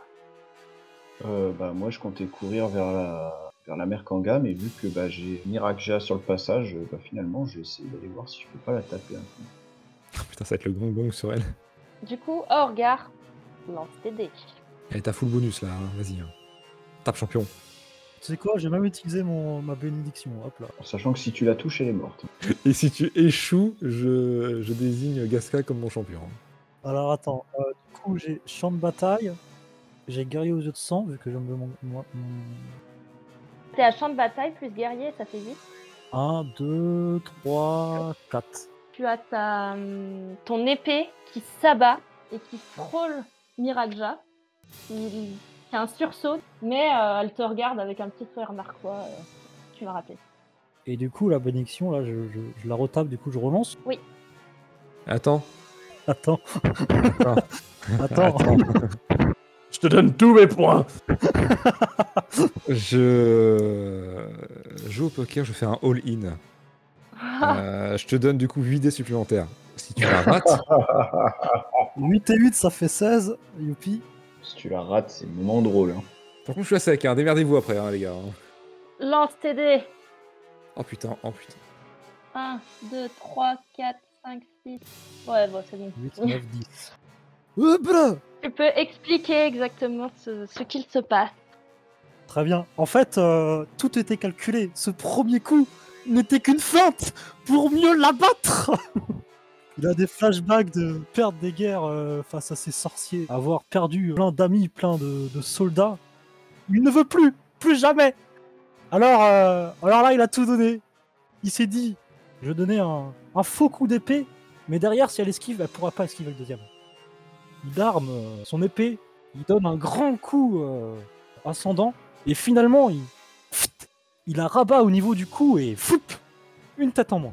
[SPEAKER 3] Euh, bah, moi, je comptais courir vers la, vers la mer Kanga, mais vu que bah, j'ai Mirakja sur le passage, euh, bah, finalement, je vais essayer d'aller voir si je peux pas la taper. hein. un coup.
[SPEAKER 4] Putain, ça va être le gong gong sur elle.
[SPEAKER 5] Du coup, Orgar. Lance tes dés.
[SPEAKER 4] Elle est à full bonus, là, hein, vas-y. hein. Tape champion.
[SPEAKER 6] Tu sais quoi, j'ai même utilisé mon, ma bénédiction. Hop là.
[SPEAKER 3] En sachant que si tu la touches, elle est morte.
[SPEAKER 4] Et si tu échoues, je, je désigne Gasca comme mon champion.
[SPEAKER 6] Alors attends, euh, du coup j'ai champ de bataille, j'ai guerrier aux yeux de sang, vu que j'aime mon, mon,
[SPEAKER 5] T'es à champ de bataille plus guerrier, ça fait 8.
[SPEAKER 6] 1, 2, 3, 4.
[SPEAKER 5] Tu as ta, hum, ton épée qui s'abat et qui frôle Miraja. Il fait un sursaut, mais euh, elle te regarde avec un petit sourire narquois. euh, tu m'as rappelé.
[SPEAKER 6] Et du coup la bénédiction, là je, je- je la retape, du coup je relance.
[SPEAKER 4] Attends.
[SPEAKER 6] Attends, [LAUGHS] attends,
[SPEAKER 7] Je te donne tous mes points.
[SPEAKER 4] Je joue au poker, je fais un all-in.
[SPEAKER 5] Ah.
[SPEAKER 4] Euh, je te donne du coup 8 dés supplémentaires. Si tu la rates,
[SPEAKER 6] 8 et 8 ça fait 16, youpi.
[SPEAKER 3] Si tu la rates, c'est moment drôle. Hein.
[SPEAKER 4] par contre je suis à sec, hein, démerdez-vous après hein, les gars. hein.
[SPEAKER 5] [LAUGHS] Lance tes dés.
[SPEAKER 4] Oh putain, oh putain.
[SPEAKER 5] 1, 2, 3, 4, 5, 6. Ouais, bon, c'est bon.
[SPEAKER 6] 8, 9, 10. Hop là
[SPEAKER 5] Tu peux expliquer exactement ce, ce qu'il se passe.
[SPEAKER 6] Très bien. En fait, euh, tout était calculé. Ce premier coup n'était qu'une feinte pour mieux l'abattre. [LAUGHS] Il a des flashbacks de perdre des guerres euh, face à ses sorciers, avoir perdu plein d'amis, plein de, de soldats. Il ne veut plus, plus jamais. Alors, euh, alors là, il a tout donné. Il s'est dit, je donnais un, un faux coup d'épée, mais derrière, si elle esquive, elle pourra pas esquiver le deuxième. Il arme euh, son épée, il donne un grand coup euh, ascendant, et finalement, il, pfft, il la rabat au niveau du cou et foup, une tête en moins.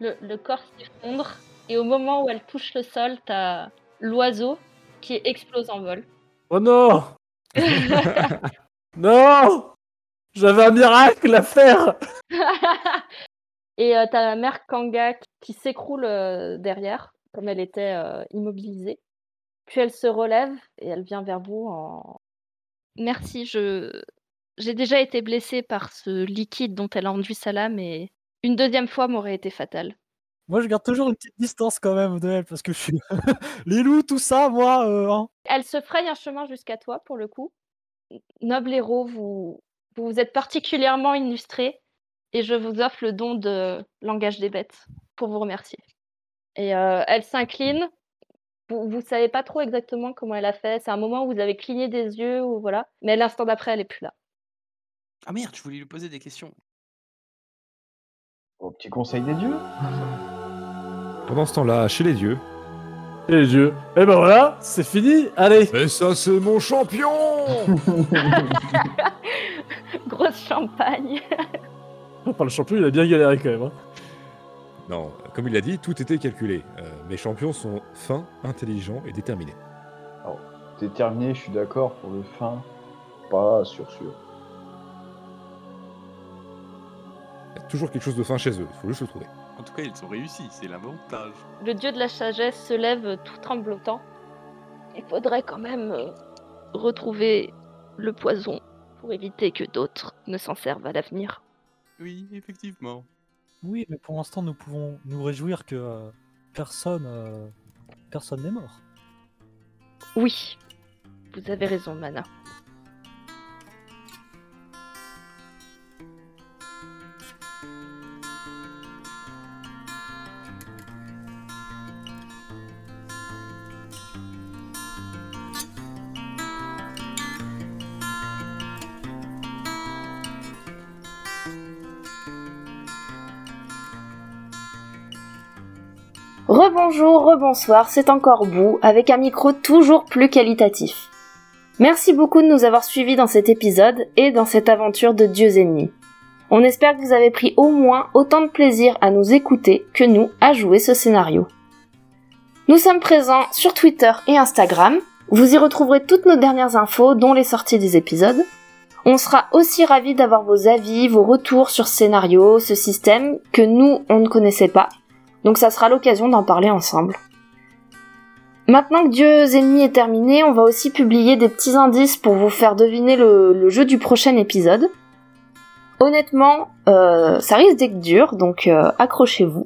[SPEAKER 5] Le, le corps s'effondre et au moment où elle touche le sol, t'as l'oiseau qui explose en vol.
[SPEAKER 7] Oh non non j'avais un miracle à faire.
[SPEAKER 5] et euh, t'as la mère Kanga qui- qui s'écroule euh, derrière, comme elle était euh, immobilisée. Puis elle se relève et elle vient vers vous en Merci, je j'ai déjà été blessée par ce liquide dont elle a enduit sa lame et une deuxième fois m'aurait été fatale.
[SPEAKER 6] Moi, je garde toujours une petite distance quand même de elle parce que je suis. [LAUGHS] Les loups, tout ça, moi, euh, hein.
[SPEAKER 5] Elle se fraye un chemin jusqu'à toi, pour le coup. Noble héros, vous vous vous êtes particulièrement illustré et je vous offre le don de langage des bêtes pour vous remercier. Et euh, elle s'incline. Vous ne savez pas trop exactement comment elle a fait. C'est un moment où vous avez cligné des yeux ou voilà. Mais l'instant d'après, elle est plus là. [LAUGHS]
[SPEAKER 2] Ah merde, je voulais lui poser des questions.
[SPEAKER 3] Au petit conseil des dieux
[SPEAKER 4] Pendant ce temps-là, chez les dieux.
[SPEAKER 7] Et les dieux. Eh ben voilà, c'est fini. Allez.
[SPEAKER 4] Mais ça c'est mon champion [LAUGHS]
[SPEAKER 5] Grosse champagne.
[SPEAKER 7] Par le champion, il a bien galéré quand même. hein.
[SPEAKER 4] Non, comme il l'a dit, tout était calculé. Euh, mes champions sont fins, intelligents et déterminés.
[SPEAKER 3] Déterminé, je suis d'accord pour le fin. Pas sûr sûr.
[SPEAKER 4] Il y a toujours quelque chose de fin chez eux, il faut juste le trouver.
[SPEAKER 2] En tout cas, ils ont réussi, c'est l'avantage.
[SPEAKER 5] Le dieu de la sagesse se lève tout tremblotant. Il faudrait quand même euh, retrouver le poison pour éviter que d'autres ne s'en servent à l'avenir.
[SPEAKER 2] Oui, effectivement.
[SPEAKER 6] Oui, mais pour l'instant, nous pouvons nous réjouir que euh, personne, euh, personne n'est mort.
[SPEAKER 5] Oui, vous avez raison, Mana.
[SPEAKER 1] Rebonjour, rebonsoir, c'est encore Bou, avec un micro toujours plus qualitatif. Merci beaucoup de nous avoir suivis dans cet épisode et dans cette aventure de dieux ennemis. On espère que vous avez pris au moins autant de plaisir à nous écouter que nous à jouer ce scénario. Nous sommes présents sur Twitter et Instagram, Vous y retrouverez toutes nos dernières infos, dont les sorties des épisodes. On sera aussi ravis d'avoir vos avis, vos retours sur ce scénario, ce système que nous, on ne connaissait pas. Donc ça sera l'occasion d'en parler ensemble. Maintenant que Dieux ennemis est terminé, on va aussi publier des petits indices pour vous faire deviner le, le jeu du prochain épisode. Honnêtement, euh, ça risque d'être dur, donc euh, accrochez-vous.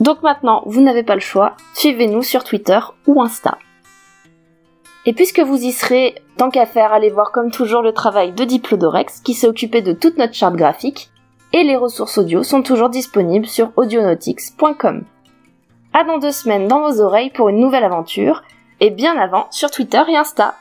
[SPEAKER 1] Donc maintenant, vous n'avez pas le choix, suivez-nous sur Twitter ou Insta. Et puisque vous y serez, tant qu'à faire, allez voir comme toujours le travail de Diplodorex qui s'est occupé de toute notre charte graphique et les ressources audio sont toujours disponibles sur audionautics.com. À dans deux semaines dans vos oreilles pour une nouvelle aventure et bien avant sur Twitter et Insta.